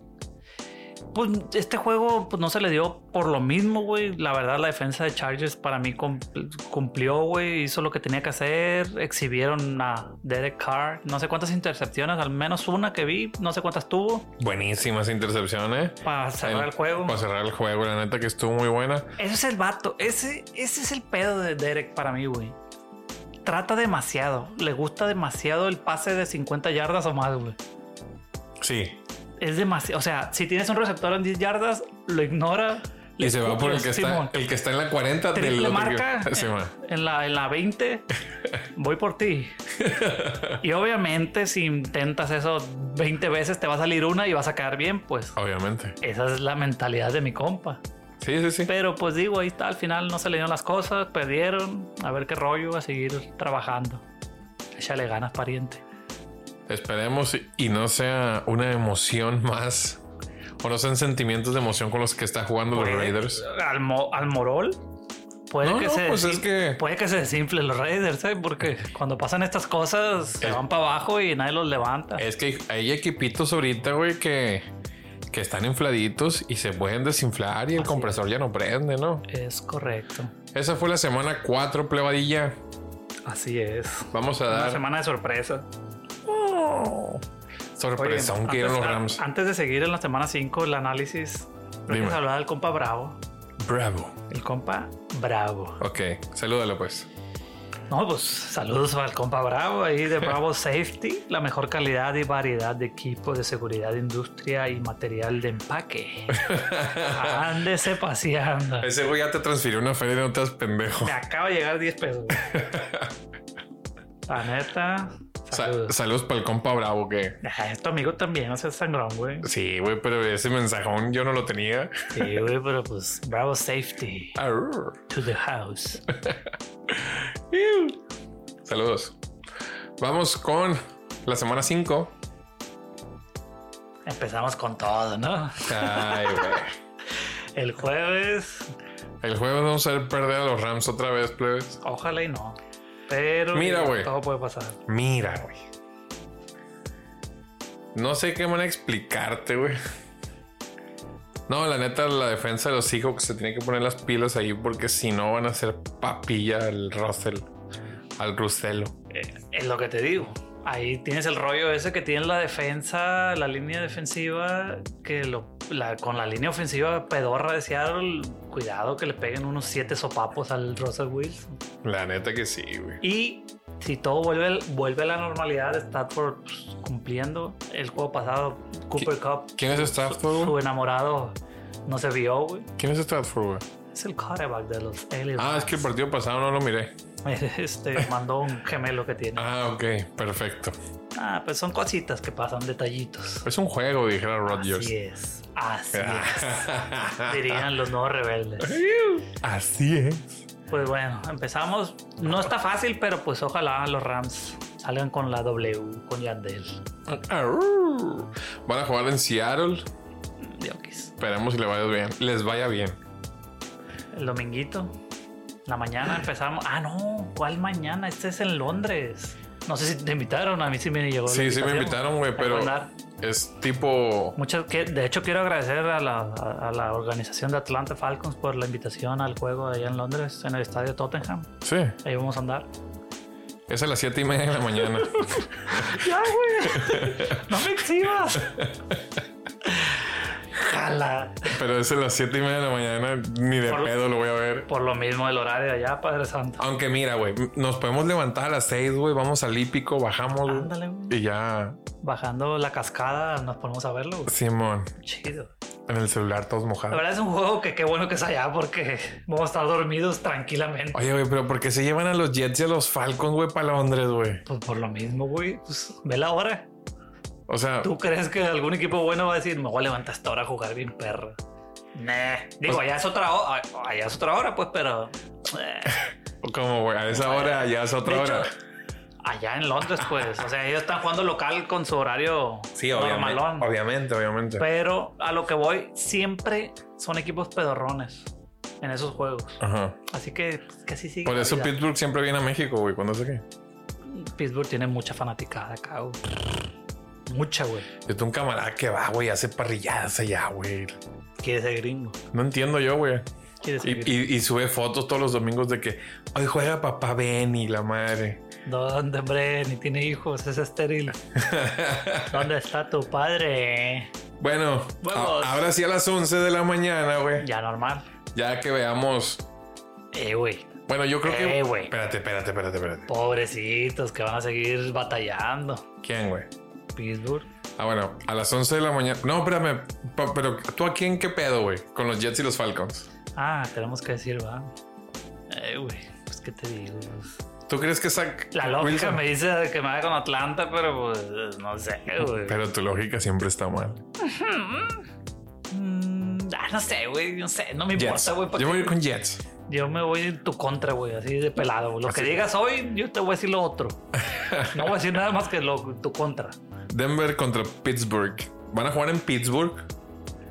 [SPEAKER 1] Pues este juego pues, no se le dio por lo mismo, güey. La verdad, la defensa de Chargers para mí cumpl- cumplió, güey. Hizo lo que tenía que hacer. Exhibieron a Derek Carr. No sé cuántas intercepciones, al menos una que vi. No sé cuántas tuvo
[SPEAKER 2] Buenísima esa intercepción, ¿eh?
[SPEAKER 1] para cerrar el juego.
[SPEAKER 2] Para cerrar el juego, la neta que estuvo muy buena.
[SPEAKER 1] Ese es el vato. Ese, ese es el pedo de Derek para mí, güey. Trata demasiado. Le gusta demasiado el pase de 50 yardas o más, güey.
[SPEAKER 2] Sí.
[SPEAKER 1] Es demasiado. O sea, si tienes un receptor en 10 yardas, lo ignora.
[SPEAKER 2] Y se va por el que está,
[SPEAKER 1] Simón.
[SPEAKER 2] el que está en la 40 del
[SPEAKER 1] Triple
[SPEAKER 2] otro
[SPEAKER 1] marca
[SPEAKER 2] equipo. Sí,
[SPEAKER 1] en,
[SPEAKER 2] man.
[SPEAKER 1] en la, en la 20, voy por ti. Y obviamente si intentas eso 20 veces te va a salir una y vas a quedar bien, pues
[SPEAKER 2] Obviamente.
[SPEAKER 1] esa es la mentalidad de mi compa.
[SPEAKER 2] Sí, sí, sí.
[SPEAKER 1] Pero pues digo, ahí está, al final no se le dieron las cosas, perdieron, a ver qué rollo, a seguir trabajando. Échale ganas, pariente.
[SPEAKER 2] Esperemos y- y no sea una emoción más. O no sean sentimientos de emoción con los que está jugando los
[SPEAKER 1] Puede-
[SPEAKER 2] Raiders.
[SPEAKER 1] Pues, Al, mo- al morol. Puede,
[SPEAKER 2] No,
[SPEAKER 1] que
[SPEAKER 2] no,
[SPEAKER 1] se
[SPEAKER 2] pues
[SPEAKER 1] desin-
[SPEAKER 2] es que-
[SPEAKER 1] puede que se desinflen los Raiders, ¿eh? porque cuando pasan estas cosas se
[SPEAKER 2] El-
[SPEAKER 1] van para abajo y nadie los levanta.
[SPEAKER 2] Es que hay equipitos ahorita, güey, que, que están infladitos y se pueden desinflar y el compresor ya no prende, ¿no?
[SPEAKER 1] Es correcto.
[SPEAKER 2] Esa fue la semana 4, plebadilla.
[SPEAKER 1] Así es.
[SPEAKER 2] Vamos a
[SPEAKER 1] Una
[SPEAKER 2] dar
[SPEAKER 1] semana de sorpresa.
[SPEAKER 2] no. Sorpresón que
[SPEAKER 1] antes,
[SPEAKER 2] dieron los
[SPEAKER 1] a-
[SPEAKER 2] Rams.
[SPEAKER 1] antes de seguir en la semana 5, el análisis, creo
[SPEAKER 2] Dime.
[SPEAKER 1] que se hablaba del compa Bravo.
[SPEAKER 2] Bravo.
[SPEAKER 1] El compa Bravo.
[SPEAKER 2] Ok, salúdalo pues.
[SPEAKER 1] No, pues saludos al compa Bravo ahí de Bravo Safety, la mejor calidad y variedad de equipos de seguridad, industria y material de empaque. Ándese paseando.
[SPEAKER 2] Ese güey ya te transfirió una feria de notas pendejo.
[SPEAKER 1] Me acaba de llegar 10 pesos. La neta,
[SPEAKER 2] Sa-
[SPEAKER 1] saludos.
[SPEAKER 2] saludos para el compa Bravo que.
[SPEAKER 1] Ah, es tu amigo también, no seas sangrón, güey.
[SPEAKER 2] Sí, güey, pero ese mensajón yo no lo tenía.
[SPEAKER 1] Sí, güey, pero pues Bravo Safety
[SPEAKER 2] Arr.
[SPEAKER 1] to the house.
[SPEAKER 2] Saludos. Vamos con la semana 5.
[SPEAKER 1] Empezamos con todo, ¿no?
[SPEAKER 2] Ay, güey.
[SPEAKER 1] El jueves,
[SPEAKER 2] El jueves vamos a ver perder a los Rams otra vez, plebes.
[SPEAKER 1] ojalá y no. Pero
[SPEAKER 2] Mira, güey.
[SPEAKER 1] todo puede pasar.
[SPEAKER 2] Mira, güey. No sé qué van a explicarte, güey. No, la neta, la defensa de los Seahawks se tiene que poner las pilas ahí porque si no van a hacer papilla al Russell, al Ruselo.
[SPEAKER 1] Es lo que te digo. Ahí tienes el rollo ese que tiene la defensa, la línea defensiva, que lo- la- con la línea ofensiva pedorra de Seattle, cuidado que le peguen unos siete sopapos al Russell Wilson.
[SPEAKER 2] La neta que sí, güey.
[SPEAKER 1] Y si todo vuelve, vuelve a la normalidad, Stafford pues, cumpliendo el juego pasado, Cooper Cup,
[SPEAKER 2] ¿Quién es Stafford,
[SPEAKER 1] su
[SPEAKER 2] güey?
[SPEAKER 1] enamorado, no se vio, güey.
[SPEAKER 2] ¿Quién es Stafford, güey?
[SPEAKER 1] Es el quarterback de los Elliot
[SPEAKER 2] Ah, es que el partido pasado no lo miré.
[SPEAKER 1] Este, mandó un gemelo que tiene.
[SPEAKER 2] Ah, ok, perfecto.
[SPEAKER 1] Ah, pues son cositas que pasan, detallitos.
[SPEAKER 2] Es un juego, dijera Rodgers.
[SPEAKER 1] Así es, así es, dirían los nuevos rebeldes.
[SPEAKER 2] Así es.
[SPEAKER 1] Pues bueno, empezamos. No está fácil, pero pues ojalá los Rams salgan con la W, con Yandel.
[SPEAKER 2] Arr. Van a jugar en Seattle.
[SPEAKER 1] Diokis.
[SPEAKER 2] Esperemos que les vaya bien. Les vaya bien.
[SPEAKER 1] El dominguito, la mañana empezamos. Ah, no, ¿cuál mañana? Este es en Londres. No sé si te invitaron, a mí sí me llegó. la
[SPEAKER 2] Sí, sí me
[SPEAKER 1] invitación.
[SPEAKER 2] invitaron, güey,
[SPEAKER 1] Hay que
[SPEAKER 2] pero
[SPEAKER 1] andar.
[SPEAKER 2] es tipo...
[SPEAKER 1] Muchas, que, de hecho, quiero agradecer a la, a- a la organización de Atlanta Falcons por la invitación al juego allá en Londres, en el estadio Tottenham.
[SPEAKER 2] Sí,
[SPEAKER 1] Ahí vamos a andar.
[SPEAKER 2] es a las 7 y media de la mañana.
[SPEAKER 1] Ya, güey. No me exhibas. Jala.
[SPEAKER 2] pero es a las 7 y media de la mañana. Ni de
[SPEAKER 1] Por-
[SPEAKER 2] pedo lo voy a ver.
[SPEAKER 1] Por lo mismo el horario allá, Padre Santo.
[SPEAKER 2] Aunque mira, güey, nos podemos levantar a las 6, güey. Vamos al hípico, bajamos güey,
[SPEAKER 1] Ándale, güey.
[SPEAKER 2] y ya...
[SPEAKER 1] Bajando la cascada, nos ponemos a verlo. güey.
[SPEAKER 2] Simón,
[SPEAKER 1] Chido.
[SPEAKER 2] en el celular todos
[SPEAKER 1] La
[SPEAKER 2] mojados.
[SPEAKER 1] verdad es un juego que qué bueno que es allá porque vamos a estar dormidos tranquilamente.
[SPEAKER 2] Oye, güey, pero ¿por qué se llevan a los Jets y a los Falcons, güey, para Londres, güey?
[SPEAKER 1] Pues por lo mismo, güey. Pues ve la hora.
[SPEAKER 2] O sea,
[SPEAKER 1] ¿Tú crees que algún equipo bueno va a decir, me voy a levantar hasta ahora a jugar bien perro? Nah. Digo, allá es otra hora, allá es otra hora, pues, pero eh,
[SPEAKER 2] como, güey, a esa hora ya es otra
[SPEAKER 1] De hecho,
[SPEAKER 2] hora.
[SPEAKER 1] allá en Londres, pues, o sea, ellos están jugando local con su horario normalón. Pues,
[SPEAKER 2] Obviamente, obviamente.
[SPEAKER 1] Pero a lo que voy, siempre son equipos pedorrones en esos juegos.
[SPEAKER 2] Ajá.
[SPEAKER 1] Así que, que así sigue.
[SPEAKER 2] Por
[SPEAKER 1] la
[SPEAKER 2] eso
[SPEAKER 1] vida.
[SPEAKER 2] Pittsburgh siempre viene a México, güey, cuando sé qué.
[SPEAKER 1] Pittsburgh tiene mucha fanaticada acá, güey. Mucha, güey.
[SPEAKER 2] Yo tengo un camarada que va, güey, hace parrilladas allá, güey.
[SPEAKER 1] Quiere ser gringo.
[SPEAKER 2] No entiendo yo, güey.
[SPEAKER 1] Quiere ser
[SPEAKER 2] Y,
[SPEAKER 1] gringo.
[SPEAKER 2] y- y sube fotos todos los domingos de que hoy juega papá Benny, la madre.
[SPEAKER 1] ¿Dónde, hombre? Ni tiene hijos, es estéril. ¿Dónde está tu padre?
[SPEAKER 2] Bueno,
[SPEAKER 1] Vamos.
[SPEAKER 2] a- ahora sí a las 11 de la mañana, güey.
[SPEAKER 1] Ya normal.
[SPEAKER 2] Ya que veamos.
[SPEAKER 1] Eh, güey.
[SPEAKER 2] Bueno, yo creo
[SPEAKER 1] Eh,
[SPEAKER 2] que.
[SPEAKER 1] güey.
[SPEAKER 2] Espérate, espérate, espérate, espérate.
[SPEAKER 1] Pobrecitos que van a seguir batallando.
[SPEAKER 2] ¿Quién, güey?
[SPEAKER 1] Pittsburgh.
[SPEAKER 2] Ah, bueno, a las 11 de la mañana. No, espérame. pa- Pero tú aquí en qué pedo, güey? Con los Jets y los Falcons.
[SPEAKER 1] Ah, tenemos que decir, va. Eh, güey. Pues qué te digo.
[SPEAKER 2] ¿Tú crees que Zach
[SPEAKER 1] La lógica
[SPEAKER 2] Wilson-
[SPEAKER 1] me dice que me haga con Atlanta, pero pues no sé, güey.
[SPEAKER 2] Pero tu lógica siempre está mal.
[SPEAKER 1] Mm, ah, no sé, güey. No sé, no me
[SPEAKER 2] Jets.
[SPEAKER 1] importa, güey. porque
[SPEAKER 2] Yo voy a ir con Jets.
[SPEAKER 1] Yo me voy en tu contra, güey, así de pelado. Lo que digas hoy, yo te voy a decir lo otro. No voy a decir nada más que lo, tu contra.
[SPEAKER 2] Denver contra Pittsburgh. Van a jugar en Pittsburgh.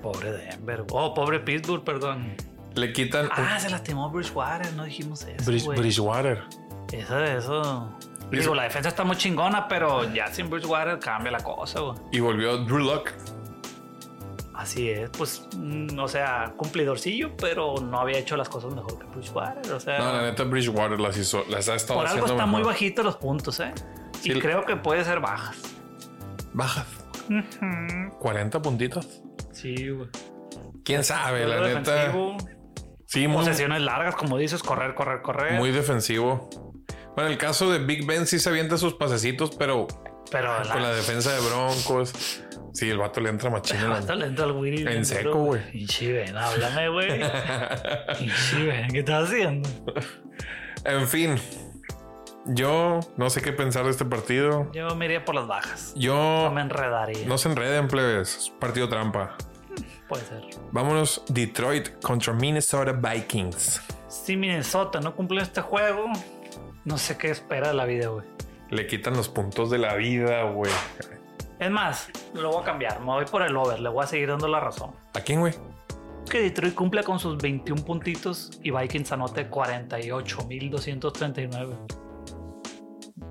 [SPEAKER 1] Pobre Denver. Oh, pobre Pittsburgh, perdón.
[SPEAKER 2] Le quitan un-
[SPEAKER 1] Ah, se lastimó Bridgewater, no dijimos eso.
[SPEAKER 2] Bridge-
[SPEAKER 1] güey.
[SPEAKER 2] Bridgewater.
[SPEAKER 1] Eso, eso. Digo, la defensa está muy chingona, pero ya sin Bridgewater cambia la cosa, güey.
[SPEAKER 2] Y volvió Drew Lock.
[SPEAKER 1] Así es, pues, mm, o sea, cumplidorcillo, pero no había hecho las cosas mejor que Bridgewater. O sea,
[SPEAKER 2] No, la neta, Bridgewater las hizo, las ha estado
[SPEAKER 1] Ah. por algo
[SPEAKER 2] haciendo
[SPEAKER 1] está muy
[SPEAKER 2] mejor.
[SPEAKER 1] bajito los puntos, ¿eh?
[SPEAKER 2] Sí,
[SPEAKER 1] y
[SPEAKER 2] el-
[SPEAKER 1] creo que puede ser bajas.
[SPEAKER 2] bajas. 40 puntitos.
[SPEAKER 1] Sí, güey.
[SPEAKER 2] Quién sabe, la
[SPEAKER 1] Juego
[SPEAKER 2] neta.
[SPEAKER 1] defensivo,
[SPEAKER 2] Sí, muy,
[SPEAKER 1] Posesiones largas, como dices, correr, correr, correr.
[SPEAKER 2] muy defensivo. Bueno, el caso de Big Ben sí se avienta sus pasecitos, pero
[SPEAKER 1] pero la,
[SPEAKER 2] con la defensa de Broncos. Sí, el vato le entra machín en la-
[SPEAKER 1] Hasta le entra el Willy.
[SPEAKER 2] En seco, güey.
[SPEAKER 1] Pinche Ben, háblame, güey. Pinche Ben, ¿qué estás haciendo?
[SPEAKER 2] En fin, yo no sé qué pensar de este partido.
[SPEAKER 1] Yo me iría por las bajas. No
[SPEAKER 2] Yo
[SPEAKER 1] me enredaría.
[SPEAKER 2] no se enreden, plebes. Es Partido trampa.
[SPEAKER 1] Puede ser.
[SPEAKER 2] Vámonos, Detroit contra Minnesota Vikings.
[SPEAKER 1] Si Minnesota no cumplió este juego, no sé qué espera de la vida, güey.
[SPEAKER 2] Le quitan los puntos de la vida, güey.
[SPEAKER 1] Es más, lo voy a cambiar. Me voy por el over. Le voy a seguir dando la razón.
[SPEAKER 2] ¿A quién, güey?
[SPEAKER 1] Que Detroit cumpla con sus 21 puntitos y Vikings anote 48.239.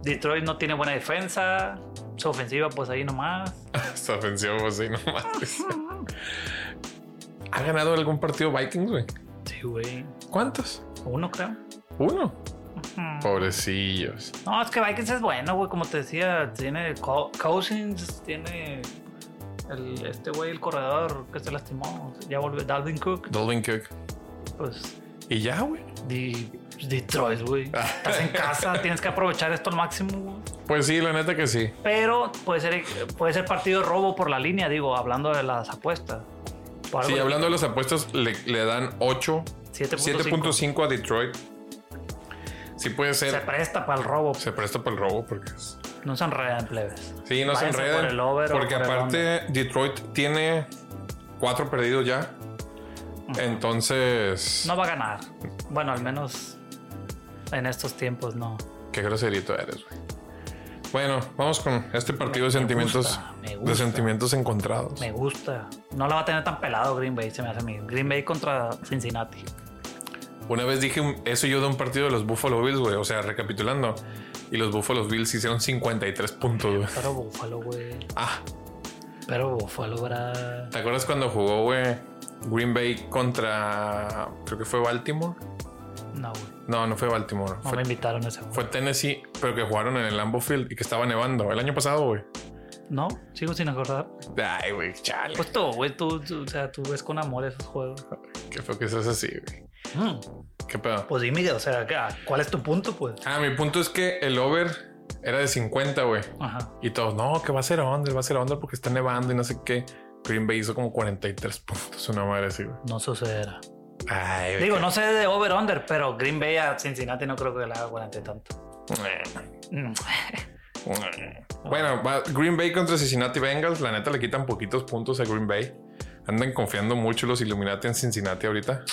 [SPEAKER 1] Detroit no tiene buena defensa. Su ofensiva, pues ahí nomás.
[SPEAKER 2] Está ofensivo, pues, sí, no mames. ¿Ha ganado algún partido Vikings, güey?
[SPEAKER 1] Sí, güey.
[SPEAKER 2] ¿Cuántos?
[SPEAKER 1] Uno, creo.
[SPEAKER 2] Uno.
[SPEAKER 1] Mm.
[SPEAKER 2] Pobrecillos.
[SPEAKER 1] No, es que Vikings es bueno, güey. Como te decía, tiene Co- Cousins, tiene el, este güey, el corredor que se lastimó. Ya volvió, Dalvin Cook.
[SPEAKER 2] Dalvin Cook.
[SPEAKER 1] Pues,
[SPEAKER 2] Y ya, güey.
[SPEAKER 1] de Detroit, güey.
[SPEAKER 2] Ah.
[SPEAKER 1] Estás en casa, tienes que aprovechar esto al máximo, güey.
[SPEAKER 2] Pues sí, la neta que sí.
[SPEAKER 1] Pero puede ser, puede ser partido de robo por la línea, digo, hablando de las apuestas. Por
[SPEAKER 2] Sí,
[SPEAKER 1] algo-
[SPEAKER 2] hablando de las apuestas, le, le dan 8,
[SPEAKER 1] 7.5.
[SPEAKER 2] 7.5 a Detroit. Sí puede
[SPEAKER 1] Se
[SPEAKER 2] ser.
[SPEAKER 1] presta para el robo.
[SPEAKER 2] Se presta para el robo porque es-
[SPEAKER 1] No se enredan, plebes.
[SPEAKER 2] Sí, no
[SPEAKER 1] Váyanse
[SPEAKER 2] se enreden.
[SPEAKER 1] por el over o
[SPEAKER 2] porque
[SPEAKER 1] por el
[SPEAKER 2] aparte Detroit tiene cuatro perdidos ya. Entonces,
[SPEAKER 1] No va a ganar. Bueno, al menos en estos tiempos no.
[SPEAKER 2] qué groserito eres. güey. Bueno, vamos con este partido de sentimientos
[SPEAKER 1] gusta, me
[SPEAKER 2] de
[SPEAKER 1] gusta.
[SPEAKER 2] sentimientos encontrados.
[SPEAKER 1] Me gusta. No la va a tener tan pelado Green Bay, se me hace a mí. Green Bay contra Cincinnati.
[SPEAKER 2] Una vez dije un- eso yo de un partido de los Buffalo Bills, güey, o sea, recapitulando, y los Buffalo Bills hicieron 53 puntos, güey.
[SPEAKER 1] Pero Buffalo, güey.
[SPEAKER 2] Ah,
[SPEAKER 1] Pero Buffalo, ¿verdad?
[SPEAKER 2] ¿te acuerdas cuando jugó, güey, Green Bay contra creo que fue Baltimore?
[SPEAKER 1] No, güey.
[SPEAKER 2] No, no fue Baltimore,
[SPEAKER 1] No
[SPEAKER 2] fue
[SPEAKER 1] me invitaron a ese juego.
[SPEAKER 2] Fue Tennessee, pero que jugaron en el Lambeau Field y que estaba nevando el año pasado, güey.
[SPEAKER 1] No, sigo sin acordar.
[SPEAKER 2] Ay, güey, chale.
[SPEAKER 1] Pues tú, güey, tú, tú, o sea, tú ves con amor esos juegos.
[SPEAKER 2] Qué feo que seas así, güey.
[SPEAKER 1] Mm,
[SPEAKER 2] Qué pedo.
[SPEAKER 1] Pues dime, o sea, ¿qué- ¿cuál es tu punto, pues?
[SPEAKER 2] Ah, mi punto es que el over era de 50, güey.
[SPEAKER 1] Ajá.
[SPEAKER 2] Y todos, no, que va a ser under, va a ser under porque está nevando y no sé qué. Green Bay hizo como 43 puntos, una madre así, güey.
[SPEAKER 1] No sucederá.
[SPEAKER 2] Ay, güey.
[SPEAKER 1] Digo, no sé de over-under, pero Green Bay a Cincinnati no creo que le haga 40 y tanto. Mm.
[SPEAKER 2] Bueno, va Green Bay contra Cincinnati Bengals. La neta le quitan poquitos puntos a Green Bay. Andan confiando mucho los Illuminati en Cincinnati ahorita.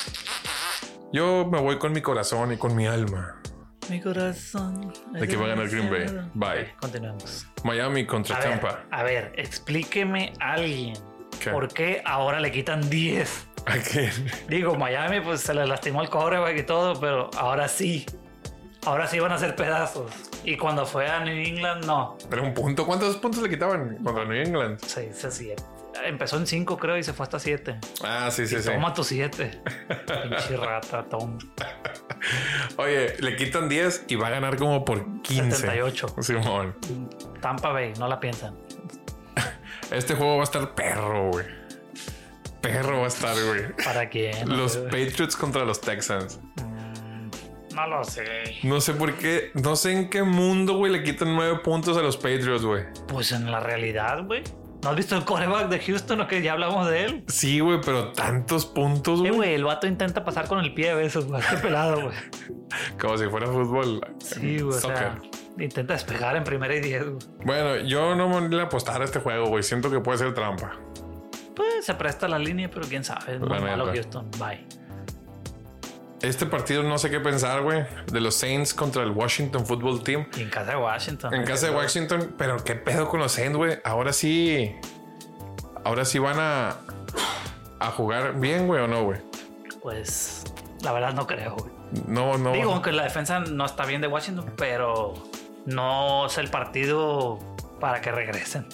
[SPEAKER 2] Yo me voy con mi corazón y con mi alma.
[SPEAKER 1] Mi corazón.
[SPEAKER 2] De que va a ganar Green Bay. Bye.
[SPEAKER 1] Continuemos.
[SPEAKER 2] Miami contra
[SPEAKER 1] A ver,
[SPEAKER 2] Tampa.
[SPEAKER 1] a ver, explíqueme a alguien
[SPEAKER 2] ¿Qué?
[SPEAKER 1] por qué ahora le quitan 10.
[SPEAKER 2] ¿A quién?
[SPEAKER 1] Digo, Miami pues se le lastimó el coreback y todo, pero ahora sí. Ahora sí van a ser pedazos. Y cuando fue a New England, no.
[SPEAKER 2] Pero un punto. ¿Cuántos puntos le quitaban contra New England?
[SPEAKER 1] Sí, sí, sí. Empezó en 5 creo y se fue hasta 7.
[SPEAKER 2] Ah, sí, sí, sí.
[SPEAKER 1] Toma tu 7. Pinche rata, Tom.
[SPEAKER 2] Oye, le quitan 10 y va a ganar como por 15.
[SPEAKER 1] 78.
[SPEAKER 2] Simón.
[SPEAKER 1] Tampa Bay, no la piensan.
[SPEAKER 2] Este juego va a estar perro, güey. Perro va a estar, güey.
[SPEAKER 1] ¿Para quién? No
[SPEAKER 2] Los
[SPEAKER 1] sé.
[SPEAKER 2] Patriots contra los Texans.
[SPEAKER 1] Mm, No lo sé.
[SPEAKER 2] No sé por qué, no sé en qué mundo, güey, le quitan nueve puntos a los Patriots, güey.
[SPEAKER 1] Pues en la realidad, güey. ¿No has visto el coreback de Houston o que ya hablamos de él?
[SPEAKER 2] Sí, güey, pero tantos puntos,
[SPEAKER 1] Eh,
[SPEAKER 2] güey.
[SPEAKER 1] güey, el vato intenta pasar con el pie a veces, güey. Qué pelado, güey.
[SPEAKER 2] Como si fuera fútbol.
[SPEAKER 1] Sí, güey. O sea,
[SPEAKER 2] Soccer.
[SPEAKER 1] intenta despegar en primera y diez, güey.
[SPEAKER 2] Bueno, yo no me voy a apostar a este juego, güey. Siento que puede ser trampa.
[SPEAKER 1] Pues se presta la línea, pero quién sabe. Es muy
[SPEAKER 2] Pues, La
[SPEAKER 1] malo
[SPEAKER 2] neta.
[SPEAKER 1] Houston. Bye.
[SPEAKER 2] Este partido no sé qué pensar, güey. De los Saints contra el Washington Football Team.
[SPEAKER 1] Y en casa de Washington.
[SPEAKER 2] En casa de Washington, pero qué pedo con los Saints, güey. Ahora sí. Ahora sí van a. A jugar bien, güey, o no, güey.
[SPEAKER 1] Pues la verdad no creo, güey.
[SPEAKER 2] No, no.
[SPEAKER 1] Digo, aunque la defensa no está bien de Washington, pero no es el partido para que regresen.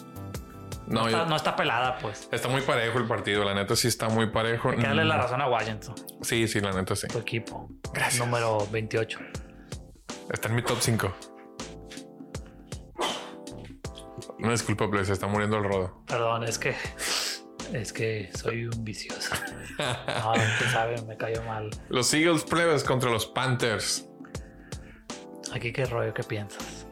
[SPEAKER 2] no, yo-
[SPEAKER 1] Está- no está pelada, pues.
[SPEAKER 2] Está muy parejo el partido, la neta sí está muy parejo. Mm.
[SPEAKER 1] Hay que darle la razón a Washington,
[SPEAKER 2] Sí, sí, la neta sí.
[SPEAKER 1] tu equipo.
[SPEAKER 2] Gracias.
[SPEAKER 1] Número 28.
[SPEAKER 2] Está en mi top 5. Una disculpa, Play, se está muriendo el rodo.
[SPEAKER 1] Perdón, es que es que soy un vicioso. No, usted sabe, me cayó mal.
[SPEAKER 2] Los Eagles plebes contra los Panthers.
[SPEAKER 1] Aquí qué rollo, qué piensas.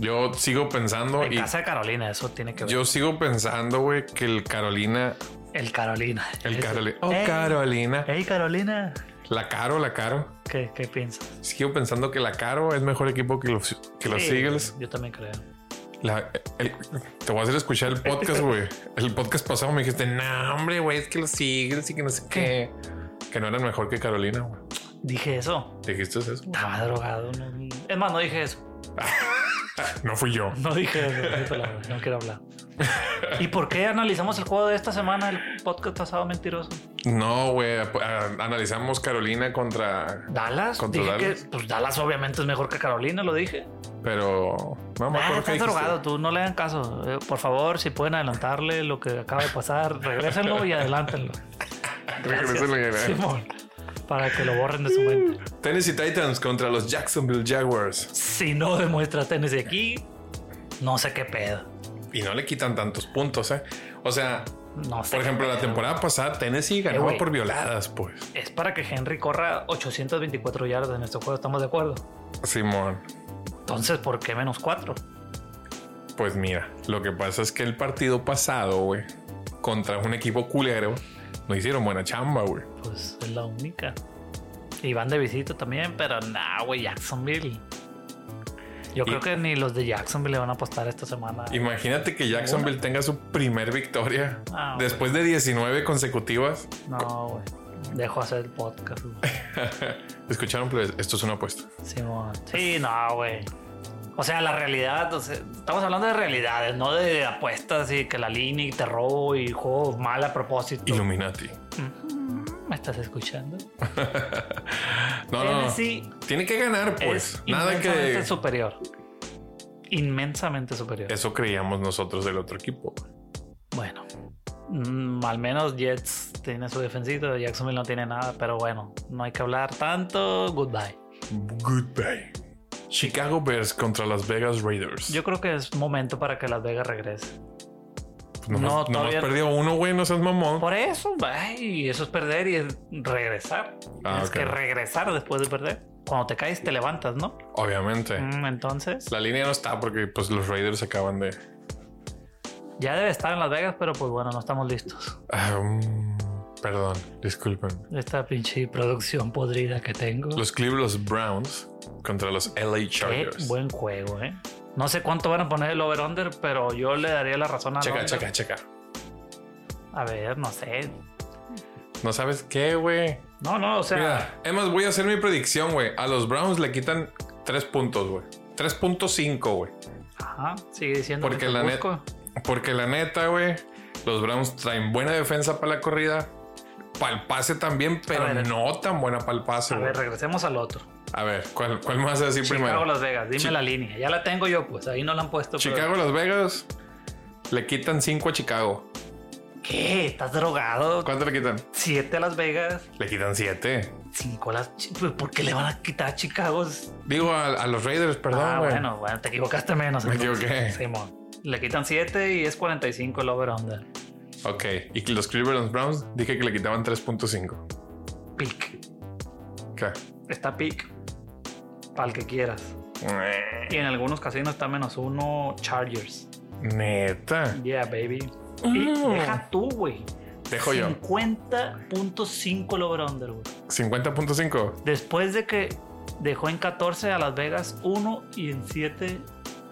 [SPEAKER 2] Yo sigo pensando
[SPEAKER 1] En
[SPEAKER 2] y
[SPEAKER 1] casa de Carolina, eso tiene que ver.
[SPEAKER 2] yo sigo pensando, güey, que el Carolina,
[SPEAKER 1] El Carolina.
[SPEAKER 2] el
[SPEAKER 1] Eso.
[SPEAKER 2] Carolina, oh,
[SPEAKER 1] Ey,
[SPEAKER 2] Carolina,
[SPEAKER 1] Ey, Carolina.
[SPEAKER 2] la Caro, la Caro.
[SPEAKER 1] ¿Qué, qué piensas?
[SPEAKER 2] Sigo pensando que la Caro es mejor equipo que los, que los
[SPEAKER 1] Sí,
[SPEAKER 2] Eagles.
[SPEAKER 1] Yo también creo.
[SPEAKER 2] La- el- te voy a hacer escuchar el podcast, güey. El podcast pasado me dijiste, no, hombre, güey, es que los Eagles y que no sé qué. Que no eran mejor que Carolina, güey.
[SPEAKER 1] Dije eso.
[SPEAKER 2] ¿Dijiste eso?
[SPEAKER 1] Estaba drogado. no- Es más, no dije eso.
[SPEAKER 2] No fui yo.
[SPEAKER 1] No dije eso. no te la- No quiero hablar. ¿Y por qué analizamos el juego de esta semana, el podcast pasado mentiroso?
[SPEAKER 2] No, güey. a- a- Analizamos Carolina contra.
[SPEAKER 1] ¿Dallas?
[SPEAKER 2] Contra
[SPEAKER 1] dije
[SPEAKER 2] Dallas.
[SPEAKER 1] que pues, Dallas obviamente es mejor que Carolina, lo dije.
[SPEAKER 2] Pero. No me
[SPEAKER 1] Ah,
[SPEAKER 2] acuerdo qué
[SPEAKER 1] estás
[SPEAKER 2] dijiste.
[SPEAKER 1] drogado, tú no le hagan caso. Eh, Por favor, si pueden adelantarle lo que acaba de pasar, regrésenlo y adelántenlo.
[SPEAKER 2] Regrésenlo y adelántenlo.
[SPEAKER 1] Simón, para que lo borren de su mente.
[SPEAKER 2] Tennessee Titans contra los Jacksonville Jaguars.
[SPEAKER 1] Si no demuestra tenis de aquí, no sé qué pedo.
[SPEAKER 2] Y no le quitan tantos puntos, ¿eh? O sea,
[SPEAKER 1] No sé. qué
[SPEAKER 2] por ejemplo, la
[SPEAKER 1] pedo.
[SPEAKER 2] temporada pasada Tennessee ganó
[SPEAKER 1] güey.
[SPEAKER 2] por violadas, pues.
[SPEAKER 1] Es para que Henry corra 824 yardas en este juego, estamos de acuerdo.
[SPEAKER 2] Simón.
[SPEAKER 1] Entonces, ¿por qué menos 4?
[SPEAKER 2] Pues mira, lo que pasa es que el partido pasado, güey, contra un equipo culero, no hicieron buena chamba, güey.
[SPEAKER 1] Pues es la única. Y van de visita también, pero nah, güey, Jacksonville. Yo
[SPEAKER 2] Y-
[SPEAKER 1] creo que ni los de Jacksonville le van a apostar esta semana.
[SPEAKER 2] Imagínate que Jacksonville tenga su primer victoria
[SPEAKER 1] Ah, güey.
[SPEAKER 2] después de 19 consecutivas.
[SPEAKER 1] No, güey. Dejo hacer el podcast, güey.
[SPEAKER 2] Escucharon, plebes? esto es una apuesta.
[SPEAKER 1] Simón. Sí, no, güey. O sea, la realidad, o sea, estamos hablando de realidades, no de apuestas y que la línea y te robo y juegos mal a propósito.
[SPEAKER 2] Illuminati.
[SPEAKER 1] Mm, ¿Me estás escuchando?
[SPEAKER 2] No, no, no.
[SPEAKER 1] Tennessee
[SPEAKER 2] Tiene que ganar, Ah, pues.
[SPEAKER 1] es
[SPEAKER 2] Nada
[SPEAKER 1] inmensamente
[SPEAKER 2] que.
[SPEAKER 1] superior. Inmensamente superior.
[SPEAKER 2] Eso creíamos nosotros del otro equipo.
[SPEAKER 1] Bueno, mm, al menos Jets tiene su defensito, Jacksonville no tiene nada, pero bueno, no hay que hablar tanto. Goodbye.
[SPEAKER 2] Goodbye. Chicago Bears contra Las Vegas Raiders.
[SPEAKER 1] Yo creo que es momento para que Las Vegas regrese. no,
[SPEAKER 2] no, no,
[SPEAKER 1] todavía- Pues,
[SPEAKER 2] perdido uno, güey. No seas mamón.
[SPEAKER 1] Por eso, ay, eso es perder y es regresar.
[SPEAKER 2] Ah,
[SPEAKER 1] es
[SPEAKER 2] ok.
[SPEAKER 1] que regresar después de perder. Cuando te caes, te levantas, ¿no?
[SPEAKER 2] Obviamente.
[SPEAKER 1] Mm, Entonces,
[SPEAKER 2] La línea no está porque pues los Raiders acaban de.
[SPEAKER 1] ya debe estar en Las Vegas, pero pues bueno, no estamos listos.
[SPEAKER 2] Ah, mm, perdón, disculpen.
[SPEAKER 1] Esta pinche producción podrida que tengo.
[SPEAKER 2] Los Cleveland Browns contra los LA
[SPEAKER 1] Qué
[SPEAKER 2] Chargers.
[SPEAKER 1] buen juego, ¿eh? No sé cuánto van a poner el over-under, pero yo le daría la razón a
[SPEAKER 2] Checa, checa, checa.
[SPEAKER 1] A ver, no sé.
[SPEAKER 2] No sabes qué, güey.
[SPEAKER 1] No, no, o sea,
[SPEAKER 2] Mira, además voy a hacer mi predicción, güey. A los Browns le quitan 3 puntos, güey. 3.5, güey.
[SPEAKER 1] ajá, sigue diciendo.
[SPEAKER 2] Porque
[SPEAKER 1] mientras
[SPEAKER 2] la net-
[SPEAKER 1] busco.
[SPEAKER 2] Porque la neta, güey, los Browns traen buena defensa para la corrida. Para el pase también, pero
[SPEAKER 1] ver.
[SPEAKER 2] no tan buena para el pase.
[SPEAKER 1] A
[SPEAKER 2] güey.
[SPEAKER 1] ver, regresemos al otro.
[SPEAKER 2] A ver, ¿cuál, cuál más a decir
[SPEAKER 1] Chicago,
[SPEAKER 2] primero?
[SPEAKER 1] Las Vegas, dime
[SPEAKER 2] Chi-
[SPEAKER 1] la línea. Ya la tengo yo, pues ahí no la han puesto. pero-
[SPEAKER 2] Chicago, Las Vegas. Le quitan 5 a Chicago.
[SPEAKER 1] ¿Qué? ¿Estás drogado?
[SPEAKER 2] ¿Cuánto le quitan?
[SPEAKER 1] Siete a Las Vegas,
[SPEAKER 2] Le quitan 7.
[SPEAKER 1] cinco a las... Chi- pues, ¿Por qué le van a quitar a Chicago?
[SPEAKER 2] Digo a, a los Raiders, perdón.
[SPEAKER 1] ah,
[SPEAKER 2] güey.
[SPEAKER 1] bueno, bueno, te equivocaste menos.
[SPEAKER 2] Me
[SPEAKER 1] entonces.
[SPEAKER 2] equivoqué.
[SPEAKER 1] Simón. Le quitan siete y es 45 el over-under.
[SPEAKER 2] Ok. Y los Cleveland Browns dije que le quitaban 3.5.
[SPEAKER 1] Pick.
[SPEAKER 2] Ok.
[SPEAKER 1] Está pick. Para el que quieras. Y en algunos casinos está menos uno Chargers.
[SPEAKER 2] Neta.
[SPEAKER 1] Yeah, baby. Y
[SPEAKER 2] Mm.
[SPEAKER 1] deja tú, güey.
[SPEAKER 2] Dejo yo.
[SPEAKER 1] 50.5 el over-under, güey.
[SPEAKER 2] 50.5.
[SPEAKER 1] Después de que dejó en 14 a Las Vegas, 1 y en 7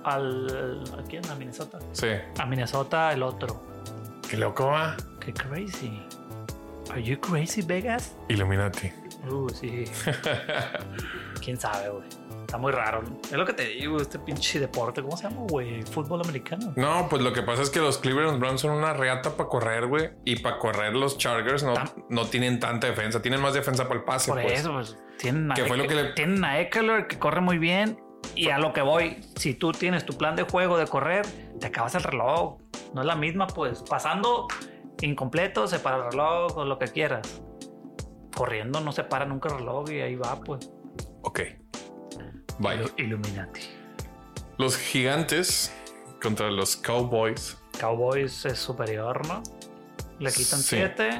[SPEAKER 1] al. ¿A quién? A Minnesota.
[SPEAKER 2] Sí.
[SPEAKER 1] A Minnesota el otro.
[SPEAKER 2] Qué loco va.
[SPEAKER 1] Qué crazy. ¿Are you crazy, Vegas?
[SPEAKER 2] Illuminati.
[SPEAKER 1] Uh, sí. Quién sabe, güey. Está muy raro. Es lo que te digo, este pinche deporte. ¿Cómo se llama, güey? Fútbol americano.
[SPEAKER 2] No, pues lo que pasa es que los Cleveland Browns son una reata para correr, güey. Y para correr los Chargers no,
[SPEAKER 1] Tam-
[SPEAKER 2] no tienen tanta defensa. Tienen más defensa para el pase.
[SPEAKER 1] Ah. Por
[SPEAKER 2] pues.
[SPEAKER 1] eso, pues, tienen a,
[SPEAKER 2] Que fue lo
[SPEAKER 1] Eck-
[SPEAKER 2] que le-
[SPEAKER 1] tienen a Eckler que corre muy bien. Y a lo que voy, si tú tienes tu plan de juego de correr, te acabas el reloj. No es la misma, pues pasando incompleto, se para el reloj o lo que quieras. Corriendo no se para nunca el reloj y ahí va, pues.
[SPEAKER 2] Ok. Bye.
[SPEAKER 1] Ilu- Illuminati.
[SPEAKER 2] Los gigantes contra los Cowboys.
[SPEAKER 1] Cowboys es superior, ¿no? Le quitan
[SPEAKER 2] Sí.
[SPEAKER 1] 7.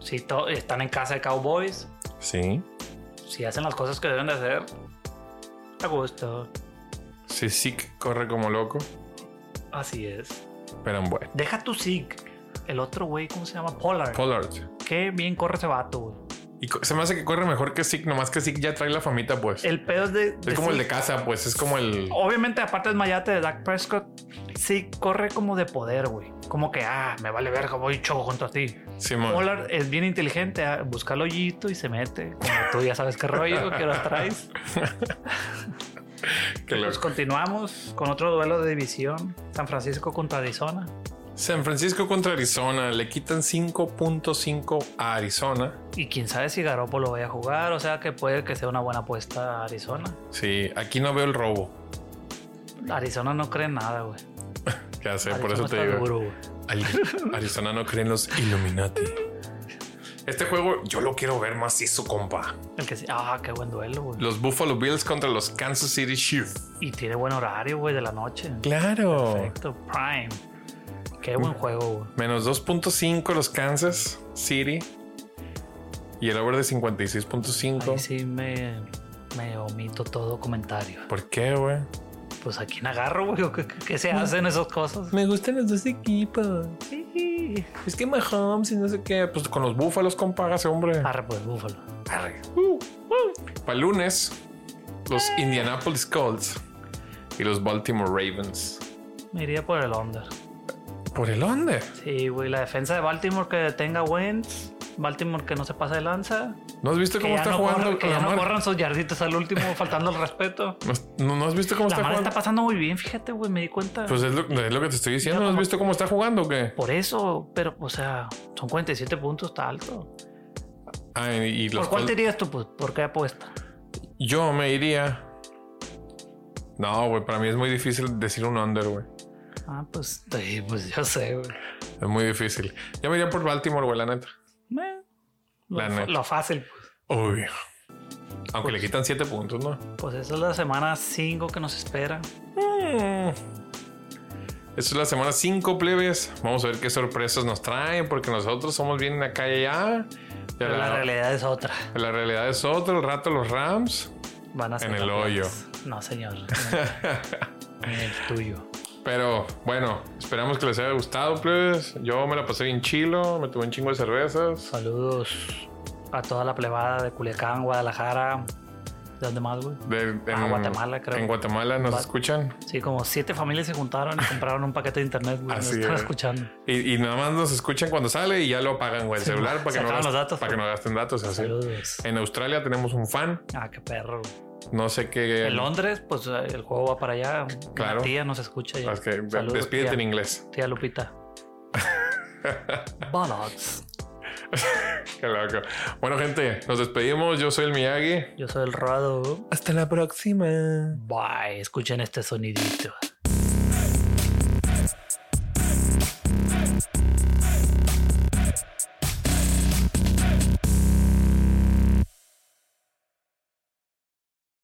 [SPEAKER 1] Si to- están en casa de Cowboys,
[SPEAKER 2] Sí.
[SPEAKER 1] si hacen las cosas que deben de hacer, a gusto.
[SPEAKER 2] Sí, sí, que corre como loco.
[SPEAKER 1] Así es.
[SPEAKER 2] Pero bueno.
[SPEAKER 1] Deja tu Zig. El otro güey, ¿cómo se llama? Pollard.
[SPEAKER 2] Pollard.
[SPEAKER 1] Qué bien corre ese vato, güey.
[SPEAKER 2] Y co- se me hace que corre mejor que Sick, nomás que Sick ya trae la famita, pues.
[SPEAKER 1] El pedo es de.
[SPEAKER 2] es como el de
[SPEAKER 1] Zeke. Oh,
[SPEAKER 2] casa, pues. Es como el.
[SPEAKER 1] Obviamente, aparte del mayate de Dak Prescott, sí corre como de poder, güey. Como que, ah, me vale verga, voy y choco contra ti.
[SPEAKER 2] Simón.
[SPEAKER 1] Pollard es bien inteligente, ah, busca el hoyito y se mete. Como tú ya sabes qué rollo, que lo traes.
[SPEAKER 2] Qué
[SPEAKER 1] Pues
[SPEAKER 2] loco.
[SPEAKER 1] continuamos con otro duelo de división. San Francisco contra Arizona.
[SPEAKER 2] San Francisco contra Arizona. Le quitan 5.5 a Arizona.
[SPEAKER 1] Y quién sabe si Garoppolo vaya a jugar, o sea que puede que sea una buena apuesta a Arizona.
[SPEAKER 2] Sí, aquí no veo el robo.
[SPEAKER 1] Arizona no cree en nada, güey.
[SPEAKER 2] Ya sé, por
[SPEAKER 1] Arizona
[SPEAKER 2] eso te
[SPEAKER 1] está
[SPEAKER 2] digo.
[SPEAKER 1] duro, güey.
[SPEAKER 2] Ari- Arizona no cree en los Illuminati. Este juego yo lo quiero ver macizo, compa.
[SPEAKER 1] El que sí- ah, qué buen duelo, güey.
[SPEAKER 2] Los Buffalo Bills contra los Kansas City Chiefs.
[SPEAKER 1] Y tiene buen horario, güey, de la noche.
[SPEAKER 2] Claro.
[SPEAKER 1] Perfecto, Prime. Qué
[SPEAKER 2] Mm.
[SPEAKER 1] buen juego, güey.
[SPEAKER 2] Menos 2.5 los Kansas City. Y el over de
[SPEAKER 1] Ahí
[SPEAKER 2] 56.5.
[SPEAKER 1] sí me, me omito todo comentario.
[SPEAKER 2] ¿Por qué, güey?
[SPEAKER 1] Pues a quién agarro, güey, ¿O ¿Qué, qué- qué se hacen esas cosas.
[SPEAKER 2] Me gustan los dos equipos.
[SPEAKER 1] Sí.
[SPEAKER 2] Es que Mahomes y no sé qué. Pues con los Búfalos, compa, hágase, hombre.
[SPEAKER 1] Arre, pues, Búfalo.
[SPEAKER 2] Para lunes, los Indianapolis Colts y los Baltimore Ravens.
[SPEAKER 1] Me iría por el under.
[SPEAKER 2] ¿Por el under?
[SPEAKER 1] Sí, güey, la defensa de Baltimore que detenga a Wentz. Baltimore que no se pasa de lanza.
[SPEAKER 2] ¿No has visto
[SPEAKER 1] Que
[SPEAKER 2] cómo
[SPEAKER 1] ya,
[SPEAKER 2] está
[SPEAKER 1] no,
[SPEAKER 2] jugando
[SPEAKER 1] corran, que ya no
[SPEAKER 2] Lamar?
[SPEAKER 1] corran sus yarditas al último, faltando el respeto.
[SPEAKER 2] ¿No, no has visto cómo
[SPEAKER 1] La
[SPEAKER 2] está
[SPEAKER 1] mar
[SPEAKER 2] jugando?
[SPEAKER 1] está pasando muy bien, fíjate, güey, me di cuenta.
[SPEAKER 2] Pues es lo, es lo que te estoy diciendo.
[SPEAKER 1] Ya
[SPEAKER 2] ¿No has
[SPEAKER 1] como-
[SPEAKER 2] visto cómo está jugando o qué?
[SPEAKER 1] por eso, pero, o sea, son 47 puntos, está alto.
[SPEAKER 2] Ah, y los
[SPEAKER 1] ¿Por cuál
[SPEAKER 2] Colts-
[SPEAKER 1] te dirías tú? Pues, ¿Por qué apuesta?
[SPEAKER 2] Yo me iría. No, güey, para mí es muy difícil decir un under, güey.
[SPEAKER 1] Ah, pues, sí, pues yo sé, güey.
[SPEAKER 2] Es muy difícil. Yo me iría por Baltimore, güey, la neta.
[SPEAKER 1] Meh.
[SPEAKER 2] La
[SPEAKER 1] Lo,
[SPEAKER 2] neta.
[SPEAKER 1] lo fácil, pues.
[SPEAKER 2] Uy. Aunque le quitan 7 puntos, ¿no?
[SPEAKER 1] Pues esa es la semana 5 que nos espera.
[SPEAKER 2] Mm. Esta es la semana 5, plebes. Vamos a ver qué sorpresas nos traen, porque nosotros somos bien acá y allá. Y a
[SPEAKER 1] Pero la
[SPEAKER 2] la,
[SPEAKER 1] realidad es otra.
[SPEAKER 2] la realidad es otro. El rato los Rams.
[SPEAKER 1] Van a ser
[SPEAKER 2] el
[SPEAKER 1] campeones. No, señor. Ni el tuyo.
[SPEAKER 2] Pero bueno, esperamos que les haya gustado, plebes. Yo me la pasé bien chilo, me tuve un chingo de cervezas.
[SPEAKER 1] Saludos a toda la plebada de Culiacán, Guadalajara. ¿De dónde más, güey?
[SPEAKER 2] De, en,
[SPEAKER 1] Ah, Guatemala, creo.
[SPEAKER 2] En Guatemala nos
[SPEAKER 1] Va-
[SPEAKER 2] escuchan.
[SPEAKER 1] Sí, como siete familias se juntaron y compraron un paquete de internet, güey. Nos
[SPEAKER 2] Así
[SPEAKER 1] están
[SPEAKER 2] es.
[SPEAKER 1] escuchando.
[SPEAKER 2] Y, y nada más nos escuchan cuando sale y ya lo apagan, güey, el
[SPEAKER 1] Sí,
[SPEAKER 2] celular para
[SPEAKER 1] se
[SPEAKER 2] que, no
[SPEAKER 1] acaban
[SPEAKER 2] gasten,
[SPEAKER 1] los datos,
[SPEAKER 2] para que no gasten datos. así. Eh.
[SPEAKER 1] Saludos.
[SPEAKER 2] En Australia tenemos un fan.
[SPEAKER 1] Ah, qué perro. güey.
[SPEAKER 2] No sé qué.
[SPEAKER 1] En Londres, pues eh, el juego va para allá.
[SPEAKER 2] Claro.
[SPEAKER 1] Claro. Tía nos escucha ya.
[SPEAKER 2] las que- eh,
[SPEAKER 1] Saludos,
[SPEAKER 2] despídete
[SPEAKER 1] tía.
[SPEAKER 2] en inglés.
[SPEAKER 1] Tía Lupita. Bollocks.
[SPEAKER 2] Qué loco. Bueno, gente, nos despedimos. Yo soy el Miyagi.
[SPEAKER 1] Yo soy el Rado.
[SPEAKER 2] Hasta la próxima.
[SPEAKER 1] Bye. Escuchen este sonidito.